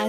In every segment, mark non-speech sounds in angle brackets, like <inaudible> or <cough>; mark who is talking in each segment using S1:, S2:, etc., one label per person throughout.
S1: À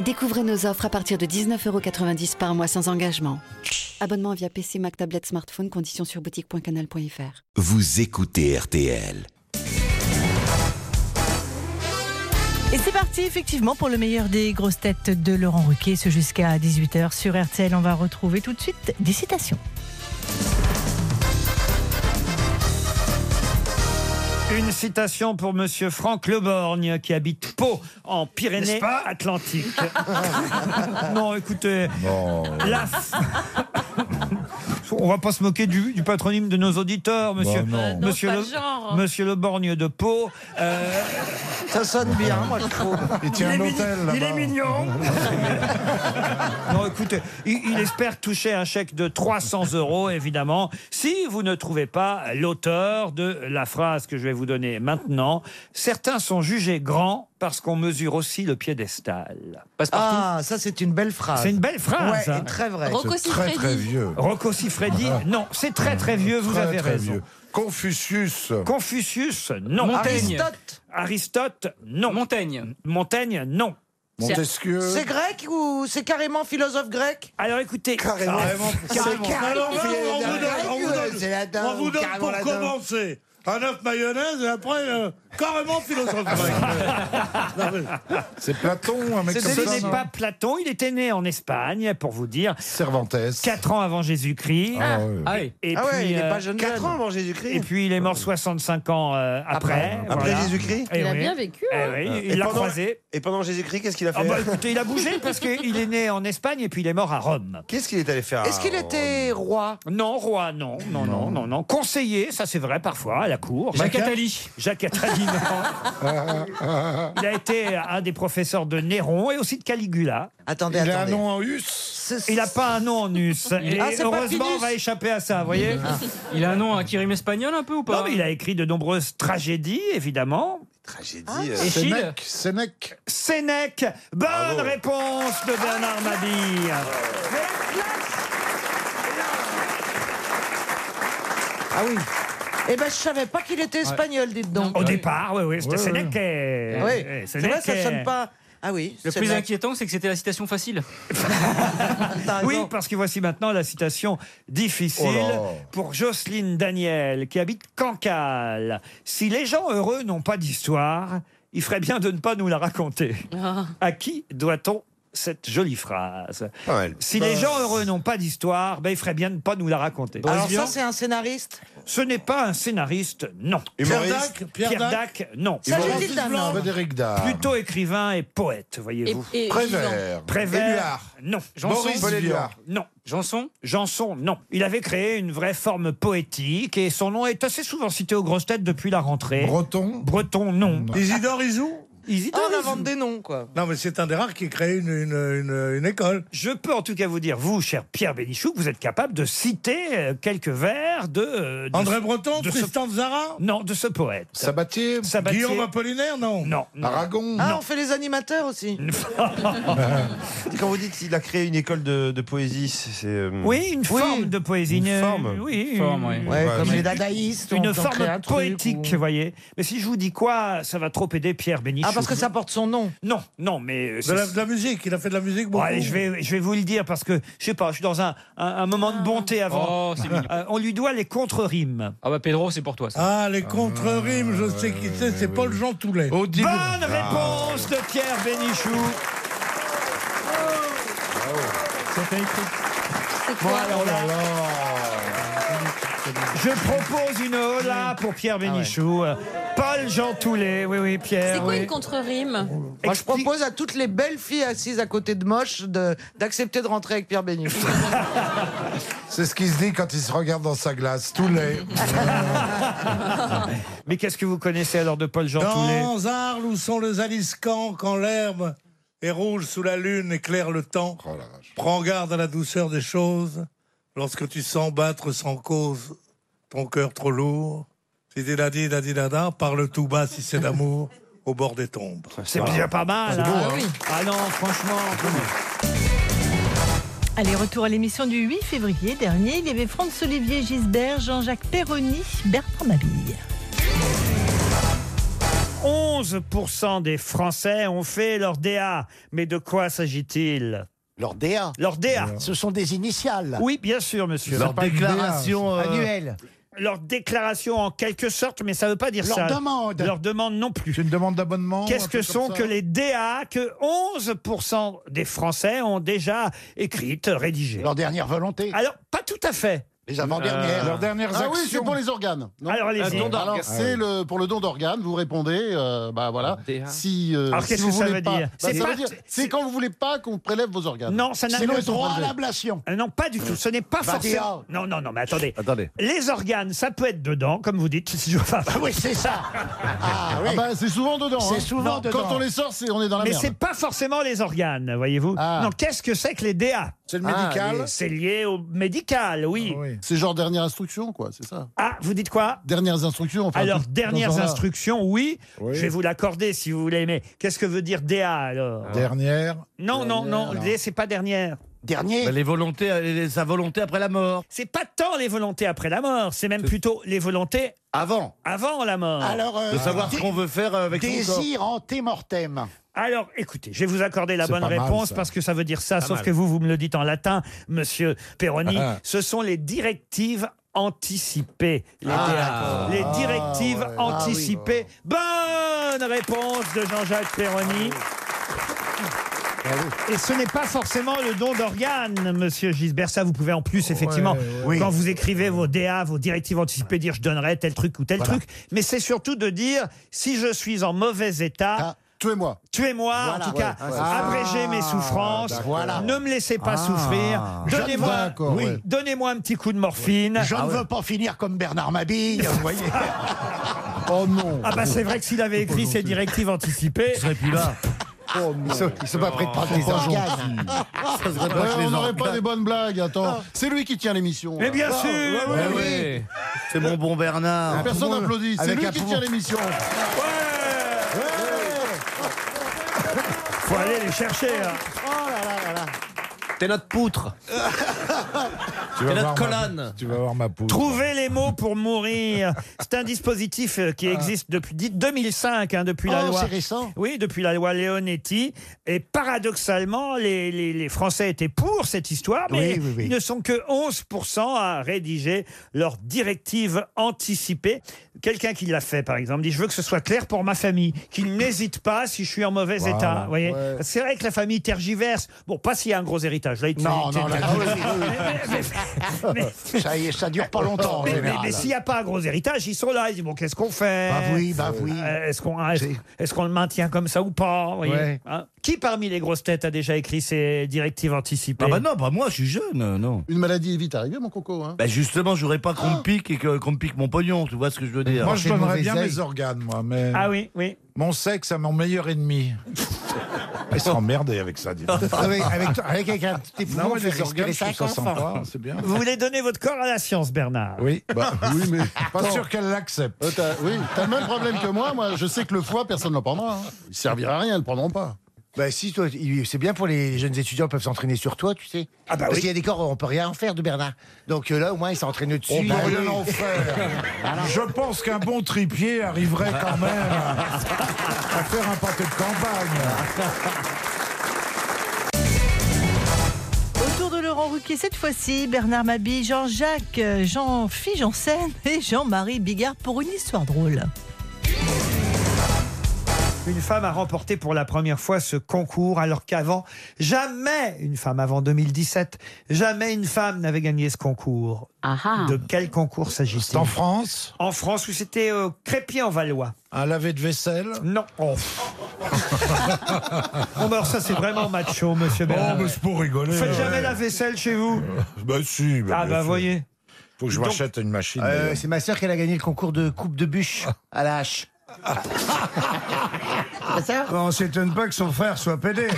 S1: Découvrez nos offres à partir de 19,90€ par mois sans engagement. Abonnement via PC, Mac, tablette, smartphone, conditions sur boutique.canal.fr.
S2: Vous écoutez RTL.
S3: Et c'est parti effectivement pour le meilleur des grosses têtes de Laurent Ruquier, ce jusqu'à 18h sur RTL. On va retrouver tout de suite des citations.
S4: Une citation pour Monsieur Franck Leborgne qui habite Pau en
S5: N'est-ce pas <laughs>
S4: Pyrénées-Atlantiques. <laughs> non, écoutez, la f- on va pas se moquer du, du patronyme de nos auditeurs, Monsieur
S6: Bah non.
S7: non,
S4: Monsieur,
S7: pas
S4: Le,
S7: le genre.
S4: Monsieur Leborgne de Pau. Euh,
S5: Ça sonne bien, moi je trouve.
S6: Il tient
S4: est
S6: un
S4: mignon-
S6: hôtel là-bas.
S4: il est mignon. non, écoutez, il, il espère toucher un chèque de 300 euros, évidemment, si vous ne trouvez pas l'auteur de la phrase que je vais vous donner maintenant. Certains sont jugés grands parce qu'on mesure aussi le piédestal.
S5: Ah, ça c'est une belle phrase.
S4: C'est une belle phrase.
S5: Ouais,
S4: hein.
S5: et très vrai.
S7: Rocco
S6: C'est très
S7: Siffredi.
S6: très vieux.
S4: Rocco Siffredi, non, c'est très très vieux, vous
S6: Très,
S4: avez
S6: très
S4: raison.
S6: vieux. Confucius.
S4: Confucius, non.
S8: Montaigne.
S5: Aristote,
S4: Aristote, non.
S8: Montaigne.
S4: Montaigne, non.
S6: Montesquieu.
S5: c'est grec ou c'est carrément philosophe grec
S4: Alors écoutez,
S6: Carrément.
S4: Carrément.
S6: Alors là,
S5: C'est
S6: on vous donne-
S5: carrément
S6: on vous
S5: la- c'est la
S6: donne-
S5: dinde,
S6: on vous donne
S5: carrément
S6: pour
S5: la dinde.
S6: commencer un œuf mayonnaise et après euh, carrément philosophe
S4: Ah,
S6: C'est Platon, un mec
S5: comme
S4: ce
S5: ça,
S4: n'est pas Platon, il était né en Espagne, pour vous dire,
S6: Cervantes.
S4: 4 ans avant Jésus-Christ.
S8: Ah oui.
S4: Et,
S5: Ah ouais,
S4: puis,
S5: il
S4: euh,
S5: est pas jeune. 4
S4: quatre-
S5: ans avant
S4: Et
S5: Jésus-Christ.
S4: puis il est mort 65 ans euh, après.
S5: Après,
S4: voilà.
S5: Jésus-Christ. Ah.
S4: Eh
S7: Il a
S4: oui.
S7: bien vécu.
S4: Eh
S7: hein.
S4: oui,
S5: Et
S4: il l'a
S5: pendant-
S4: croisé.
S5: Et pendant Jésus-Christ, qu'est-ce qu'il a fait
S4: Ah bah, écoutez, il a bougé <laughs> parce qu'il est né en Espagne et puis il est mort à Rome.
S5: Qu'est-ce qu'il est allé
S6: Ah.
S5: faire Est-ce qu'il était roi
S4: Non, roi, non, non, non, non, non. Conseiller, ça c'est vrai parfois, à la cour.
S8: Jacques Attali.
S4: Jacques Attali, non.
S5: <laughs>
S4: Il a été un des professeurs de Néron et aussi de Caligula.
S5: Attendez,
S6: Il a un
S5: attendez.
S6: nom en us.
S5: C'est-
S4: Il n'a pas un nom en us. Et
S5: Ah, c'est pas Ah.
S4: heureusement, on
S5: Pinus
S4: va échapper à ça, vous voyez
S8: Il a un nom hein, qui rime espagnol un peu ou pas
S4: Non, mais il a écrit de nombreuses tragédies, évidemment.
S5: Tragédie.
S6: Hein
S4: euh,
S8: Et Chine
S6: Sénèque. Sénèque.
S4: Sénèque, bonne réponse de Bernard Mabille.
S5: Ah oui. Eh ben, je savais pas qu'il était espagnol, dites donc. euh, Ah
S4: Au départ, oui, oui, c'était
S6: Ouais,
S4: Sénèque.
S5: Oui,
S4: Eh,
S5: c'est vrai, ça
S4: Sénèque.
S5: sonne pas. Ah oui,
S8: euh, Le
S5: c'est
S8: plus
S5: vrai.
S8: inquiétant, c'est que c'était la citation facile.
S5: T'as
S4: Oui,
S5: raison.
S4: parce que voici maintenant la citation difficile
S6: Oh là.
S4: pour Jocelyne Daniel, qui habite Cancale. Si les gens heureux n'ont pas d'histoire, il ferait bien de ne pas nous la raconter.
S9: Ah.
S4: À qui doit-on cette jolie phrase Si les gens heureux n'ont pas d'histoire, ben, il ferait bien de ne pas nous la raconter.
S5: Alors, ça, Bah, c'est un scénariste
S4: Ce n'est pas un scénariste, non.
S6: Pierre Dac.
S4: Pierre Dac, non.
S5: Ça, j'hésite d'un nom.
S6: Frédéric Dard.
S4: Plutôt écrivain et poète,
S7: Et,
S4: voyez-vous.
S7: et vivant.
S6: Prévert.
S4: Prévert,
S6: Éluard.
S4: non.
S6: Boris Vian.
S4: Non.
S8: Janson
S4: Janson, non. Il avait créé une vraie forme poétique et son nom est assez souvent cité aux grosses têtes depuis la rentrée.
S6: Breton.
S4: Breton, non.
S10: Isidore Isou
S4: Isidore
S5: Ah, On
S4: Isou.
S5: invente des noms, quoi.
S10: Non, mais c'est un des rares qui crée une, une, une- une école.
S4: Je peux en tout cas vous dire, vous, cher Pierre Bénichou, que vous êtes capable de citer euh, quelques vers de, euh, de
S10: André
S4: ce-
S10: Breton,
S4: de ce-
S10: Tristan Zara,
S4: non, de ce poète.
S6: Sabatier.
S4: Sabatier.
S10: Guillaume Apollinaire, non. Ah,
S4: Non. non.
S6: Aragon.
S5: Ah, on fait les animateurs
S4: <laughs>
S5: aussi.
S11: <laughs> Quand vous dites qu'il a créé une école de, de poésie, c'est. c'est, euh,
S10: Hmm.
S4: Oui, une forme de poésie.
S11: Une
S4: euh,
S11: forme.
S4: Oui. une-
S8: Forme, ouais.
S5: Ouais,
S11: Ouais,
S5: comme
S11: mais-
S5: les dadaïstes. on-
S4: Une
S5: on
S4: forme
S5: crée un truc
S4: poétique, vous
S5: ou-
S4: voyez. Mais si je vous dis quoi, ça va trop aider Pierre Bénichou.
S5: Ah, parce que ça porte son nom.
S4: Non, non, mais... euh,
S10: De la,
S4: c'est-
S10: de la musique, il a fait de la musique
S4: Bon,
S10: beaucoup.
S4: allez, je vais, je vais vous le dire parce que, je sais pas, je suis dans un, un, un moment de bonté avant.
S8: Oh, c'est mignon.
S4: Euh, on lui doit les contre-rimes.
S8: Ah bah Pedro, c'est pour toi. Ça.
S10: Ah, les contre-rimes, je sais qui c'est, c'est Paul Jean Toulet.
S6: Odile.
S4: Bonne
S10: Ah.
S4: réponse de Pierre Bénichou.
S10: Oh.
S7: C'est quoi
S6: Oh là là.
S4: Je propose une hola pour
S10: Ah
S4: Pierre Bénichou. Euh, Paul Jean Toulet, oui, oui, Pierre.
S7: C'est quoi
S4: oui.
S7: une contre-rime
S5: Moi, je
S4: Explique-
S5: propose à toutes les belles filles assises à côté de Moche de- d'accepter de, rentrer avec Pierre
S4: <laughs>
S5: Bénichou.
S6: C'est ce qu'il se dit quand il se regarde dans sa glace. Tous les.
S4: <laughs> Mais qu'est-ce que vous connaissez alors de Paul Jean Toulet
S10: Dans Arles, où sont les aliscans quand l'herbe est rouge sous la lune éclaire le temps
S6: Oh la vache.
S10: Prends garde à la douceur des choses lorsque tu sens battre sans cause ton cœur trop lourd. C'est dit dadi dadi dada, parle tout bas si c'est
S12: <laughs>
S10: d'amour, au bord des tombes.
S4: C'est déjà pas mal.
S10: C'est beau,
S4: hein.
S10: hein.
S4: Ah non, franchement.
S3: Allez, retour à l'émission du 8 février dernier. Il y avait Franz Olivier Gisbert, Jean-Jacques Perroni, Bertrand Mabille.
S4: 11% des Français ont fait leur DA. Mais de quoi s'agit-il
S7: Leur DA.
S4: Leur DA.
S7: Ce sont des initiales.
S4: Oui, bien sûr, monsieur.
S7: Leur Leur déclaration, DA, euh, annuelle.
S4: Leur déclaration en quelque sorte, mais ça ne veut pas dire
S7: Leur
S4: ça.
S7: demande.
S4: Leur demande non plus.
S12: Une demande d'abonnement.
S4: Qu'est-ce que sont que les DA que 11% des Français ont déjà écrites, rédigées Leur
S7: dernière volonté.
S4: Alors, pas tout à fait.
S7: Les avant-dernières.
S12: Leurs dernières
S7: ah oui, c'est
S12: actions.
S7: pour les organes. non
S4: Euh, Alors, allez-y.
S7: Ah,
S4: Don d'organes.
S7: Alors, c'est le, pour le don d'organes, vous répondez, euh, bah voilà. Si, euh,
S4: Alors,
S7: si
S4: qu'est-ce
S7: vous
S4: que ça
S7: voulez
S4: veut
S7: pas-
S4: dire
S7: bah,
S4: C'est
S7: ça
S4: pas-
S7: veut dire- C'est quand vous voulez pas qu'on prélève vos organes.
S4: Non, ça n'a
S7: C'est
S4: pas-
S7: le droit à l'ablation.
S4: Euh, Non, pas du tout. Ce n'est pas
S7: Bah,
S4: forcément.
S7: DA.
S4: Non, non, non, mais attendez. Les organes, ça peut être dedans, comme vous dites. si je-
S7: Ah oui, c'est
S4: <laughs>
S7: ça. Ah, oui.
S12: Ah bah,
S7: c'est souvent dedans. C'est
S12: hein.
S7: souvent
S12: Non,
S7: dedans.
S12: quand on les
S7: sort, on est dans la
S4: Mais
S7: merde.
S4: c'est pas forcément les organes, voyez-vous. Non, qu'est-ce que c'est que les DA C'est
S7: le Ah, médical les-
S4: C'est lié au médical, oui.
S7: C'est genre dernière instruction, quoi, c'est ça.
S4: Ah, vous dites quoi
S7: Dernières instructions. enfin,
S4: alors,
S7: tout- dans ce
S4: dernières
S7: genre-là.
S4: instructions, oui.
S12: Oui.
S4: Je vais vous l'accorder si vous voulez, mais qu'est-ce que veut dire DA alors
S12: Dernière.
S4: Non, non, non,
S12: alors.
S4: DA, c'est pas dernière.
S7: Dernier.
S11: Bah, les volontés, euh, les- sa volonté après la mort.
S4: C'est pas tant les volontés après la mort, c'est même plutôt les volontés
S11: Avant.
S4: avant la mort.
S7: Alors, euh,
S11: De savoir ce
S7: dé-
S11: qu'on veut faire euh, avec son corps.
S7: Désir antémortem.
S4: Alors, écoutez, je vais vous accorder la
S12: C'est
S4: bonne
S12: pas mal,
S4: réponse
S12: ça.
S4: parce que ça veut dire ça,
S12: Pas
S4: sauf
S12: mal.
S4: que vous, vous me le dites en latin, monsieur Perroni.
S12: Ah.
S4: Ce sont les directives anticipées. Les,
S12: Ah,
S4: DA. Les directives
S12: ouais.
S4: anticipées. Bonne réponse de Jean-Jacques Perroni. Et ce n'est pas forcément le don d'organes, monsieur Gisbert. Ça, vous pouvez en plus, effectivement,
S12: ouais.
S4: quand vous écrivez vos DA, vos directives anticipées, dire je donnerai tel truc ou tel truc. Mais c'est surtout de dire si je suis en mauvais état.
S12: Tuez-moi.
S4: Tuez-moi,
S7: Ah, Voilà.
S4: en tout cas,
S7: Ouais, ouais, ouais.
S4: abrégez mes souffrances,
S12: d'accord.
S7: Voilà. Ah,
S4: ne me laissez pas souffrir,
S7: Je ne veux-
S4: donnez-moi
S7: oui.
S4: oui, donnez-moi un petit coup de morphine. Ah
S7: Je ne veux pas finir comme Bernard Mabille, vous
S4: <laughs>
S7: voyez.
S12: Oh non.
S4: Ah bah c'est vrai que s'il avait écrit ses directives anticipées, <laughs>
S11: plus là.
S12: Oh non.
S11: Ils
S6: Bah,
S11: sont pas prêts de prendre
S7: les organes.
S12: Ouais, Euh, on n'aurait pas des bonnes blagues. Attends, c'est lui qui tient l'émission.
S4: Ah. mais
S7: Ah.
S4: bien sûr
S11: oui. C'est mon bon
S6: Ah,
S11: Bernard.
S12: Personne n'applaudit. C'est
S11: Avec
S12: lui
S11: un
S12: qui
S11: poumon.
S12: tient l'émission.
S4: faut aller les chercher. hein.
S11: T'es notre poutre.
S6: Tu
S11: T'es
S6: vas,
S11: notre
S6: voir ma,
S11: colonne.
S6: tu vas voir ma poudre.
S4: Trouver les mots pour mourir. C'est un dispositif euh, qui existe depuis 2005, hein, depuis la
S7: Oh,
S4: loi.
S7: c'est récent.
S4: Oui, depuis la loi Leonetti. Et paradoxalement, les, les- les Français étaient pour cette histoire, mais
S7: Oui, oui, oui.
S4: ils ne sont que 11% à rédiger leur directive anticipée. Quelqu'un qui l'a fait, par exemple, dit Je veux que ce soit clair pour ma famille, qu'il n'hésite pas si je suis en mauvais
S12: Voilà,
S4: état. Vous voyez
S12: ouais.
S4: C'est vrai que la famille tergiverse. Bon, pas s'il y a un gros héritage. Là, il
S7: Non,
S4: il-
S7: non, là, oui, oui,
S4: Mais- mais- mais-
S7: oui. ça, y est, ça dure pas longtemps. en
S4: <laughs> mais, mais-
S7: général.
S4: mais s'il n'y a pas un gros héritage, ils sont là. Ils disent bon, qu'est-ce qu'on fait
S7: Bah oui, bah oui.
S4: Euh, Est-ce qu'on est-ce- est-ce qu'on le maintient comme ça ou pas vous voyez
S7: Ouais.
S4: Hein Qui parmi les grosses têtes a déjà écrit ces directives anticipées
S11: Ah bah non, pas moi, je suis jeune, non.
S12: Une maladie est vite arrivée, mon coco. Hein.
S11: Bah justement, j'aurais pas
S4: Oh.
S11: qu'on me pique et que- qu'on me pique mon pognon, tu vois ce que je veux dire.
S6: Moi, je
S12: c'est
S6: donnerais
S12: mauvais
S6: bien
S12: œil.
S6: mes organes, moi, mais
S4: Ah oui, oui.
S6: mon sexe à mon meilleur ennemi. Ils sont emmerdés
S4: <laughs>
S6: avec ça, dis donc.
S7: <laughs> avec, avec, avec un
S6: <laughs>
S7: petit
S6: Non,
S7: poumon,
S6: mais les organes, je trouve ça sympa, hein, c'est bien.
S4: Vous voulez donner votre corps à la science, Bernard
S6: Oui, bah, oui,
S4: <laughs>
S6: mais pas sûr qu'elle l'accepte.
S12: Euh, t'as-
S7: Oui, Oh, t'as le même problème que moi. Moi, je sais que le foie, personne ne le prendra. hein.
S12: Il servira à rien, ils le prendront pas.
S7: Bah si, toi, il- c'est bien pour les les jeunes étudiants, ils peuvent s'entraîner sur toi, tu sais.
S4: Ah bah
S7: Parce
S4: oui.
S7: qu'il y a des corps, on peut rien en faire de Bernard. Donc euh, là, au moins, ils s'entraînent Bah dessus.
S6: On peut rien en
S5: <laughs>
S6: faire. Je pense qu'un bon tripier arriverait quand même à, à faire un pâté de campagne.
S3: Autour de Laurent Ruquier, cette fois-ci, Bernard Mabille, Jean-Jacques, euh, Jean-Phi Janssen et Jean-Marie Bigard pour une histoire drôle.
S4: Une femme a remporté pour la première fois ce concours, alors qu'avant, jamais une femme, avant 2017, jamais une femme n'avait gagné ce concours. De quel concours
S6: C'est
S4: s'agit-il
S6: en France,
S4: En France, où c'était euh, Crépy-en-Valois.
S10: Ah
S6: un lavé de vaisselle.
S4: Non. Oh. <laughs> bon, bah alors ça, c'est vraiment macho, monsieur Bernard.
S6: Oh, c'est pour rigoler.
S4: Vous faites jamais la vaisselle chez vous
S6: Bah si, bah,
S4: Ah,
S6: bien
S4: bah,
S6: sûr.
S4: voyez.
S6: Faut que je
S4: Donc- Ah,
S6: m'achète une machine.
S7: <laughs> Euh,
S6: d'ailleurs.
S7: c'est ma sœur qui a gagné le concours de coupe de bûche à la hache.
S6: On s'étonne pas que son frère soit pédé.
S4: <laughs>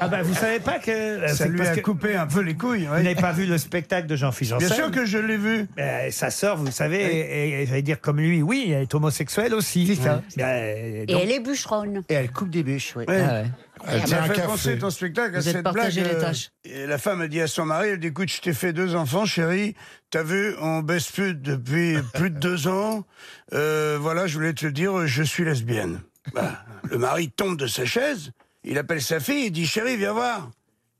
S4: Ah bah, vous savez pas que.
S6: Ça
S4: c'est
S6: lui
S4: parce
S6: a
S4: que
S6: coupé un peu les couilles.
S4: Vous n'avez pas vu le spectacle de Jean-Philippe
S6: Bien
S4: Janssen
S6: sûr que je l'ai vu.
S4: Euh, sa sœur, vous savez, et- et j'allais dire comme lui, oui, elle est homosexuelle aussi. C'est
S6: ça. euh,
S13: Et elle est bûcheronne.
S6: Et elle coupe des bûches, oui.
S13: Ah ouais. Elle
S6: Elle
S13: tient
S6: m'a
S13: un
S6: fait
S13: café.
S6: bah, penser ton spectacle à
S13: Vous êtes
S6: cette blague.
S13: partagé les
S6: euh,
S13: tâches.
S6: et la femme a dit à son mari, elle dit, écoute, je t'ai fait deux enfants, chérie. T'as vu, on baisse
S13: <laughs>
S6: plus depuis plus de deux ans. Euh, voilà, je voulais te dire, je suis lesbienne. Bah, le mari tombe de sa chaise. Il appelle sa fille, il dit, chérie, viens voir.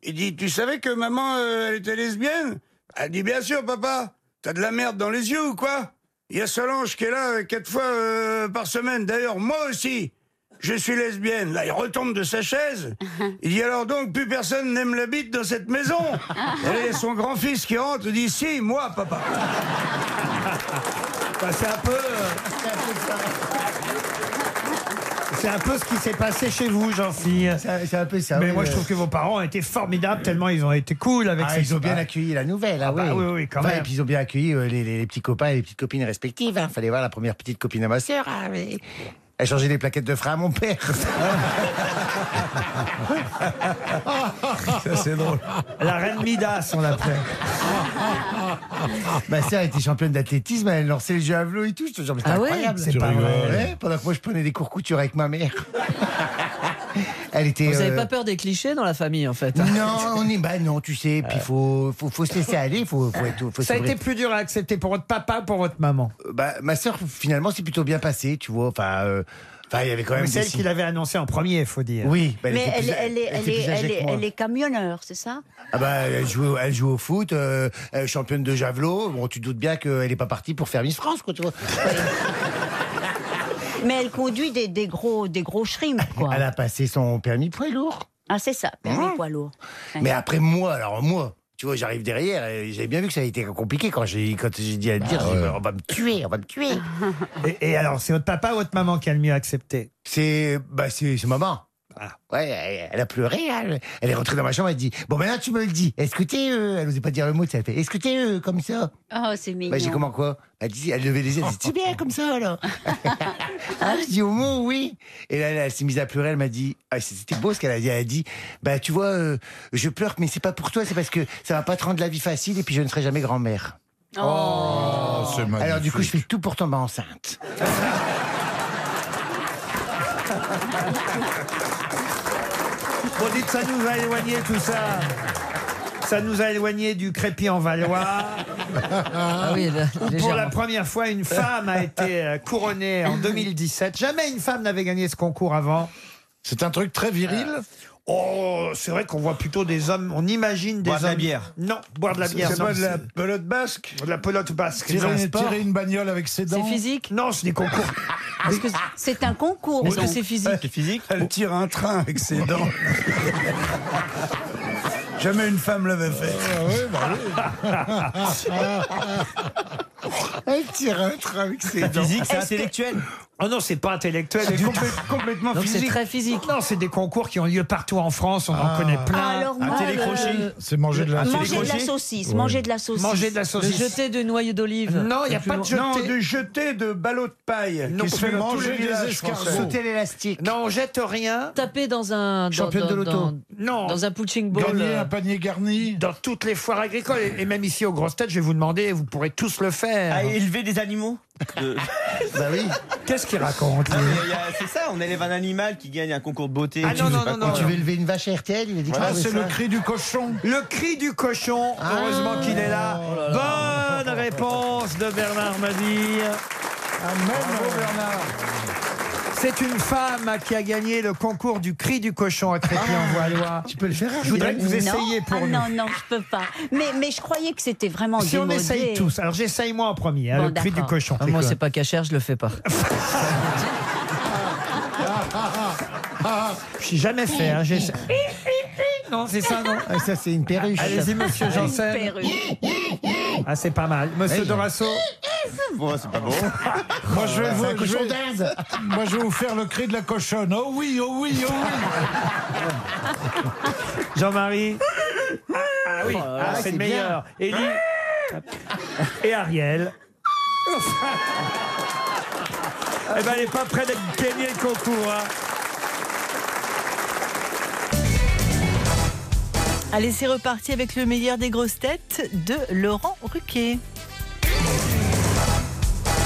S6: Il dit, tu savais que maman, euh, elle était lesbienne Elle dit, bien sûr, papa. T'as de la merde dans les yeux ou quoi Il y a Solange qui est là euh, quatre fois euh, par semaine. D'ailleurs, moi aussi, je suis lesbienne. Là, il retombe de sa chaise. Il dit, alors donc, plus personne n'aime la bite dans cette maison. Et là, son grand-fils qui rentre dit, si, moi,
S4: <laughs>
S6: papa.
S4: Bah, c'est un peu... euh, C'est un peu ce qui s'est passé chez vous, jean philippe C'est un peu ça. Mais
S14: oui,
S4: moi, je
S14: euh.
S4: trouve que vos parents ont été formidables, tellement ils ont été cool avec
S14: Ah,
S4: ces
S14: ils ont bien
S4: histoires.
S14: accueilli la nouvelle, ah,
S4: Ah bah
S14: oui.
S4: oui, oui, quand
S14: Enfin,
S4: même.
S14: Et puis ils ont bien accueilli euh, les, les- les petits copains et les petites copines respectives.
S7: hein.
S14: Il Fallait voir la première petite copine à ma sœur. ah, mais- Elle changeait les plaquettes de frein à mon père.
S4: Ça, c'est drôle. La reine Midas, on l'appelait.
S14: Ma sœur était championne d'athlétisme, elle lançait les jeux à vélo et tout. Je te jure, mais c'était
S13: Ah ouais
S14: incroyable.
S13: Tu rigoles.
S14: Ouais, pendant que moi, je prenais des cours couture avec ma mère. elle était.
S13: Vous n'avez
S14: euh,
S13: pas peur des clichés dans la famille, en fait. hein
S14: Non,
S13: <laughs>
S14: on est bah non, tu sais. Puis faut faut faut se laisser aller, faut faut être. Faut
S4: Euh. Ça a été
S14: s'ouvrir.
S4: plus dur à accepter pour votre papa ou pour votre maman
S14: Euh, Bah ma sœur finalement c'est plutôt bien passé, tu vois. Enfin euh, enfin il y avait quand même.
S4: Mais
S14: des
S4: celle
S14: signes.
S4: qu'il avait annoncé en premier, il faut dire.
S14: Oui, bah,
S13: Mais
S14: était
S13: elle,
S14: plus-
S13: elle est, elle,
S14: était
S13: est,
S14: plus âgée
S13: elle,
S14: que
S13: est,
S14: moi.
S13: elle est camionneur, c'est ça
S14: Ah bah elle joue elle joue au foot, euh, euh, championne de javelot. Bon tu te doutes bien qu'elle n'est pas partie pour faire Miss France quoi, tu vois.
S13: Mais elle conduit des, des gros, des gros shrimps, quoi.
S14: Elle a passé son permis poids lourd.
S13: Ah, c'est ça, permis poids lourd.
S14: Mais après moi, alors moi, tu vois, j'arrive derrière et j'avais bien vu que ça a été compliqué quand j'ai quand j'ai dit à le dire,
S13: Bah,
S14: j'ai dit, bah, on va me tuer, on va me tuer.
S4: Et, et alors, c'est votre papa ou votre maman qui a le mieux accepté Ah.
S14: C'est bah c'est c'est maman. Ouais, elle- elle a pleuré. Elle, elle est rentrée dans ma chambre. Elle dit Bon, maintenant tu me le dis. Est-ce que t'es euh, Elle n'osait pas dire le mot. Elle fait Est-ce que t'es euh, comme ça
S13: Oh, c'est mignon.
S14: bah, J'ai dit, comment quoi Elle dit Elle levait les yeux. Elle dit T'es bien comme ça
S9: <laughs>
S14: alors ah, Je dis au moins oui. Et là, elle, elle s'est mise à pleurer. Elle m'a dit ah, C'était beau ce qu'elle a dit. Elle a dit Bah, tu vois, euh, je pleure, mais c'est pas pour toi. C'est parce que ça va pas te rendre la vie facile et puis je ne serai jamais grand-mère.
S10: Oh, c'est magnifique.
S14: Alors, du coup, je fais tout pour
S4: <laughs>
S14: tomber enceinte.
S4: Vous dites ça nous a éloigné tout ça. Ça nous a éloigné du crépi en Valois.
S13: Ah oui, là,
S4: Où pour
S13: légèrement.
S4: la première fois, une femme a été euh, couronnée en 2017. Jamais une femme n'avait gagné ce concours avant. Euh.
S10: C'est un truc très viril.
S4: Oh, c'est vrai qu'on voit plutôt des hommes, on imagine des
S10: Boire de
S4: hommes.
S10: la bière.
S4: Non, boire de la
S10: C'est
S4: bière. non.
S10: pas de la
S4: pelote basque De la pelote basque.
S10: Tirer-
S4: C'est un sport.
S10: tirer une bagnole avec ses dents.
S4: Non, c'est des
S10: <laughs>
S4: concours.
S10: Ah,
S13: Parce que c'est un concours. Est-ce que c'est physique
S10: physique Elle tire un train avec ses dents. Jamais une femme l'avait fait.
S15: Ah bah
S13: <laughs>
S14: Elle tire un train avec ses dents.
S4: intellectuel Oh non, c'est pas intellectuel.
S14: C'est
S4: C'est
S14: du
S4: complè-
S14: tout.
S4: complètement
S14: Donc c'est
S4: physique.
S14: très
S4: physique. Non, c'est des concours qui ont lieu partout en France. On en connaît plein.
S13: Ah, Alors moi, le-
S10: C'est manger de la
S13: Manger de la saucisse, manger de la saucisse.
S4: Manger de la saucisse.
S13: Le jeter de noyaux d'olive.
S4: Non, il n'y a pas de jeter.
S13: Non, de
S4: jeter de ballots de paille.
S10: qui se fait dans tous les villages français. Sauter
S14: l'élastique.
S4: Non, on jette rien.
S13: Taper dans un. dans-
S10: Championne de
S13: dans-
S10: loto.
S13: dans-
S4: Non.
S13: Dans un punching ball.
S10: Gagner
S13: euh,
S10: un panier garni.
S4: Dans toutes les foires agricoles. Et et même ici, aux grosses têtes, je vais vous demander, vous pourrez tous le faire.
S16: À Ah, élever des
S4: <laughs>
S16: animaux
S14: Bah oui.
S4: Qu'est-ce qu'il raconte
S16: Non, mais il y a- C'est ça, on élève un animal qui gagne un concours de beauté.
S4: Ah non, non, non, non.
S14: Tu veux lever une vache à RTL Il a dit que
S4: Voilà,
S14: tu
S4: c'est
S14: faisais
S4: le
S14: ça.
S4: cri du cochon. Le cri du cochon.
S14: Ah.
S4: Heureusement qu'il est là.
S13: Oh
S4: Bonne réponse de Bernard Madire. Bravo Bernard. C'est une femme qui a gagné le concours du cri du cochon à Crépy-en-Valois. Ah. Tu peux le faire hein, Je voudrais que vous
S13: Non.
S4: essayiez pour
S13: ah,
S4: nous.
S13: Non, non, je peux pas. Mais, mais je croyais que c'était vraiment
S4: Si on
S13: démodé.
S4: essaye tous. Alors j'essaye moi en premier, hein,
S13: Bon,
S4: le cri du
S13: d'accord.
S4: cochon.
S13: Ah, moi, c'est
S4: pas cachère, je le fais pas. Ah, Je suis jamais fait. hein, j'essaie. non, c'est ça, non
S14: Ah, Ça, c'est une perruche.
S4: Allez-y, monsieur
S14: Une
S4: Janssen. Ah, c'est pas mal. Monsieur
S15: <laughs>
S14: Oui.
S4: Dorasso
S16: Bon, c'est pas bon.
S10: Moi, je vais,
S14: C'est
S10: vous,
S14: un
S10: je
S14: cochon
S10: vais-
S14: d'Inde.
S10: moi, je vais vous faire le cri de la cochonne. Oh oui, oh oui, <laughs> oh oui.
S4: Jean-Marie Ah oui,
S10: Oh là
S4: ah,
S10: là,
S4: c'est
S10: c'est
S4: le
S10: bien.
S4: meilleur. Élie et Ariel. Eh ben, elle n'est pas près d'être gagner le concours. hein.
S3: Allez, c'est reparti avec le meilleur des grosses têtes de Laurent Ruquier.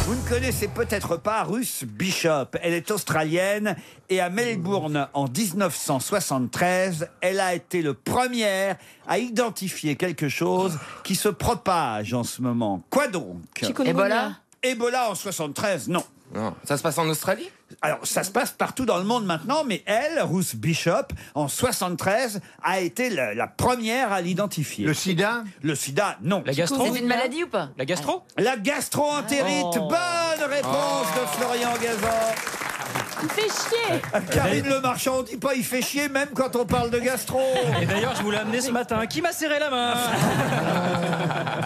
S4: Vous ne connaissez peut-être pas Ruth Bishop. Elle est australienne et à Melbourne en 1973, elle a été le première à identifier quelque chose qui se propage en ce moment. Quoi donc
S9: Chikungunya. Ebola
S4: Ebola en 73, non. Non, ça se passe en Australie Alors, ça se passe partout dans le monde maintenant, mais elle, Ruth Bishop, en 73, a été la, la première à l'identifier. Le sida Le sida, non. La
S9: C'est une maladie ou pas
S4: La gastro Ah. La gastro-entérite.
S9: Oh.
S4: Bonne réponse de Florian Gazan. Euh,
S9: Il fait chier
S4: Karine Le Marchand, on dit pas il fait chier même quand on parle de gastro.
S8: Et d'ailleurs, je vous l'ai amené ce matin. Qui m'a serré la main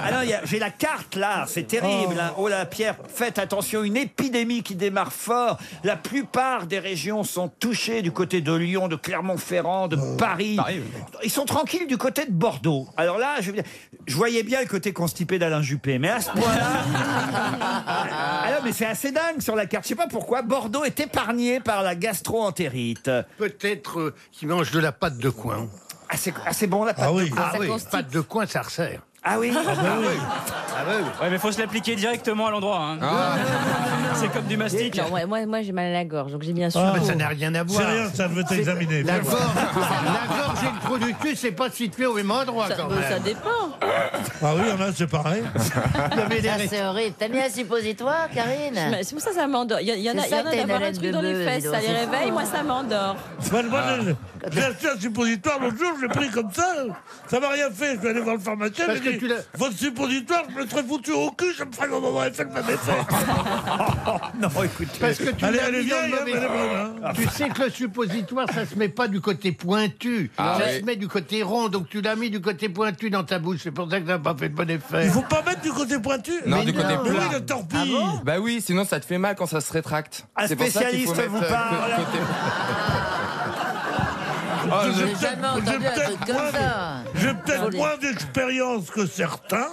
S4: Ah non, il y a- j'ai la carte là, c'est terrible. hein. Oh là, Pierre, faites attention, une épidémie qui démarre fort. La plupart des régions sont touchées du côté de Lyon, de Clermont-Ferrand, de
S8: Euh,
S4: Paris. Ils sont tranquilles du côté de Bordeaux. Alors là, je, veux dire, je voyais bien le côté constipé d'Alain Juppé, mais à ce point-là.
S8: <laughs>
S4: Ah non, mais c'est assez dingue sur la carte. Je sais pas pourquoi Bordeaux est épargné par la gastro-entérite.
S15: Peut-être euh, qu'il mange de la pâte de coin.
S4: Ah, c'est bon la
S15: pâte
S8: de
S15: oui.
S8: coin.
S15: Ah
S8: Ça
S15: oui,
S8: constipe.
S15: pâte de coin, ça resserre.
S4: Ah oui
S15: Ah bah oui.
S8: Ouais, mais faut se l'appliquer directement à l'endroit. hein. C'est comme du mastic.
S9: Non, ouais, moi, moi j'ai mal à la gorge, donc j'ai bien sûr.
S15: Ah, mais ça n'a rien à voir. La gorge, la gorge et le trou du cul, c'est pas situé au même endroit
S9: Ça,
S15: quand
S9: bah,
S15: même.
S9: ça dépend.
S10: Ah oui, on a,
S15: <laughs>
S10: c'est pareil.
S9: Ah, c'est horrible. T'as mis un suppositoire, Karine C'est pour ça que ça m'endort. Il y, a- il y en a,
S17: C'est
S9: il y en
S17: ça,
S9: a
S17: t'as une
S9: d'avoir un
S17: haleine
S9: truc
S17: de
S9: dans les
S17: bœuf,
S9: fesses.
S17: dis
S9: Ça les
S17: donc, c'est
S9: réveille,
S17: fou.
S9: moi ça m'endort.
S10: Bah, moi, j'ai- J'ai acheté un suppositoire l'autre jour, je l'ai pris comme ça, ça m'a rien fait. Je suis allé voir le pharmacien,
S15: Parce que
S10: j'ai dit Votre suppositoire, je me serais foutu au cul, ça me ferait le moment effet le même
S15: <laughs>
S10: <laughs> effet.
S4: non, écoute.
S15: Parce que tu
S10: Allez,
S15: l'as
S10: allez,
S15: mis
S10: viens,
S15: dans le
S10: viens,
S15: mauvais
S10: viens,
S15: coin.
S10: viens,
S15: Tu sais que le suppositoire, ça se met pas du côté pointu,
S10: Ah
S15: ça
S10: oui.
S15: se met du côté rond. Donc tu l'as mis du côté pointu dans ta bouche. C'est pour ça que ça n'a pas fait de bon effet.
S10: Il faut pas mettre du côté pointu.
S18: Non, du côté
S10: Mais
S18: plat.
S10: oui, le torpille.
S18: bah oui, sinon ça te fait mal quand ça se rétracte.
S10: Un
S18: C'est pour ça qu'il faut
S10: spécialiste vous
S18: mettre, euh,
S10: parle. <laughs>
S18: côté- Oh,
S10: Ah,
S18: J'ai
S10: j'ai
S18: jamais
S10: peut-être-
S18: entendu
S10: j'ai
S18: un
S10: peut-être
S18: truc comme
S10: moins de-
S18: ça.
S10: J'ai peut-être moins d'expérience que certains,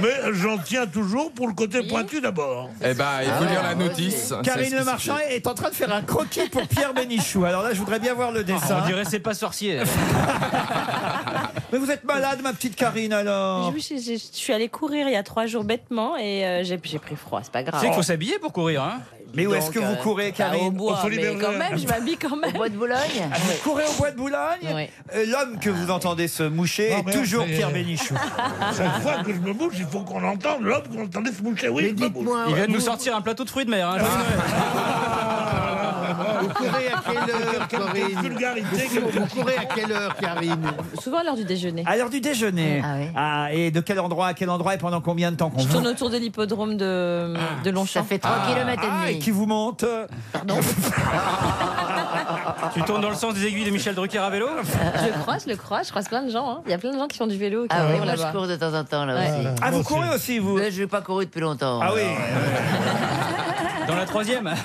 S10: mais j'en tiens toujours pour le côté pointu d'abord.
S18: Eh ben, il
S10: Ah.
S18: faut lire la notice. C'est
S4: Karine
S18: ce
S4: Le
S18: que
S4: Marchand
S18: c'est.
S4: est en train de faire un croquis pour Pierre Bénichou. Alors là, je voudrais bien voir le dessin.
S8: Ah, On dirait c'est pas
S10: <laughs>
S8: sorcier.
S4: Mais vous êtes malade, ma petite Karine, alors
S9: Je, je- je- je suis allée courir il y a trois jours bêtement et euh, j'ai j'ai pris froid, c'est pas
S8: Tu
S9: grave.
S8: sais qu'il faut s'habiller pour courir. hein.
S4: Mais où est-ce que
S11: euh,
S4: bah, vous courez, Karine
S9: Au bois, mais quand même, je m'habille quand même. Au bois de Boulogne
S4: Ah, vous courez au bois de Boulogne Euh, L'homme que vous entendez se moucher est toujours Pierre Bénichou.
S10: Chaque fois que je me bouge, il faut qu'on entende l'homme qu'on entendait se moucher. Oui, ah je me bouge.
S8: Il vient de nous sortir un plateau de fruits de mer. hein.
S10: <laughs>
S15: Vous courez à quelle heure,
S4: Ah,
S15: Karine Vous courez à quelle heure, Karine
S9: Souvent à l'heure du déjeuner.
S4: À l'heure du déjeuner. Ah, et de quel endroit à quel endroit et pendant combien de temps qu'on
S9: Je
S4: vous-
S9: tourne autour de l'hippodrome de, de Longchamp. Ça fait
S4: Ah. Ah, et qui vous monte
S8: Tu tournes dans le sens des aiguilles de Michel Drucker à
S10: <laughs>
S8: vélo
S9: Je le croise, je le croise, je croise plein de gens. hein. Il y a plein de gens qui font du vélo. qui
S17: Ah oui,
S9: courent
S17: moi je
S9: là-bas.
S17: cours de temps en temps là
S9: Ouais.
S17: aussi.
S4: Ah, vous courez aussi, vous
S17: Je n'ai pas couru depuis longtemps.
S4: Ah oui. <laughs>
S8: Dans la troisième
S4: <laughs>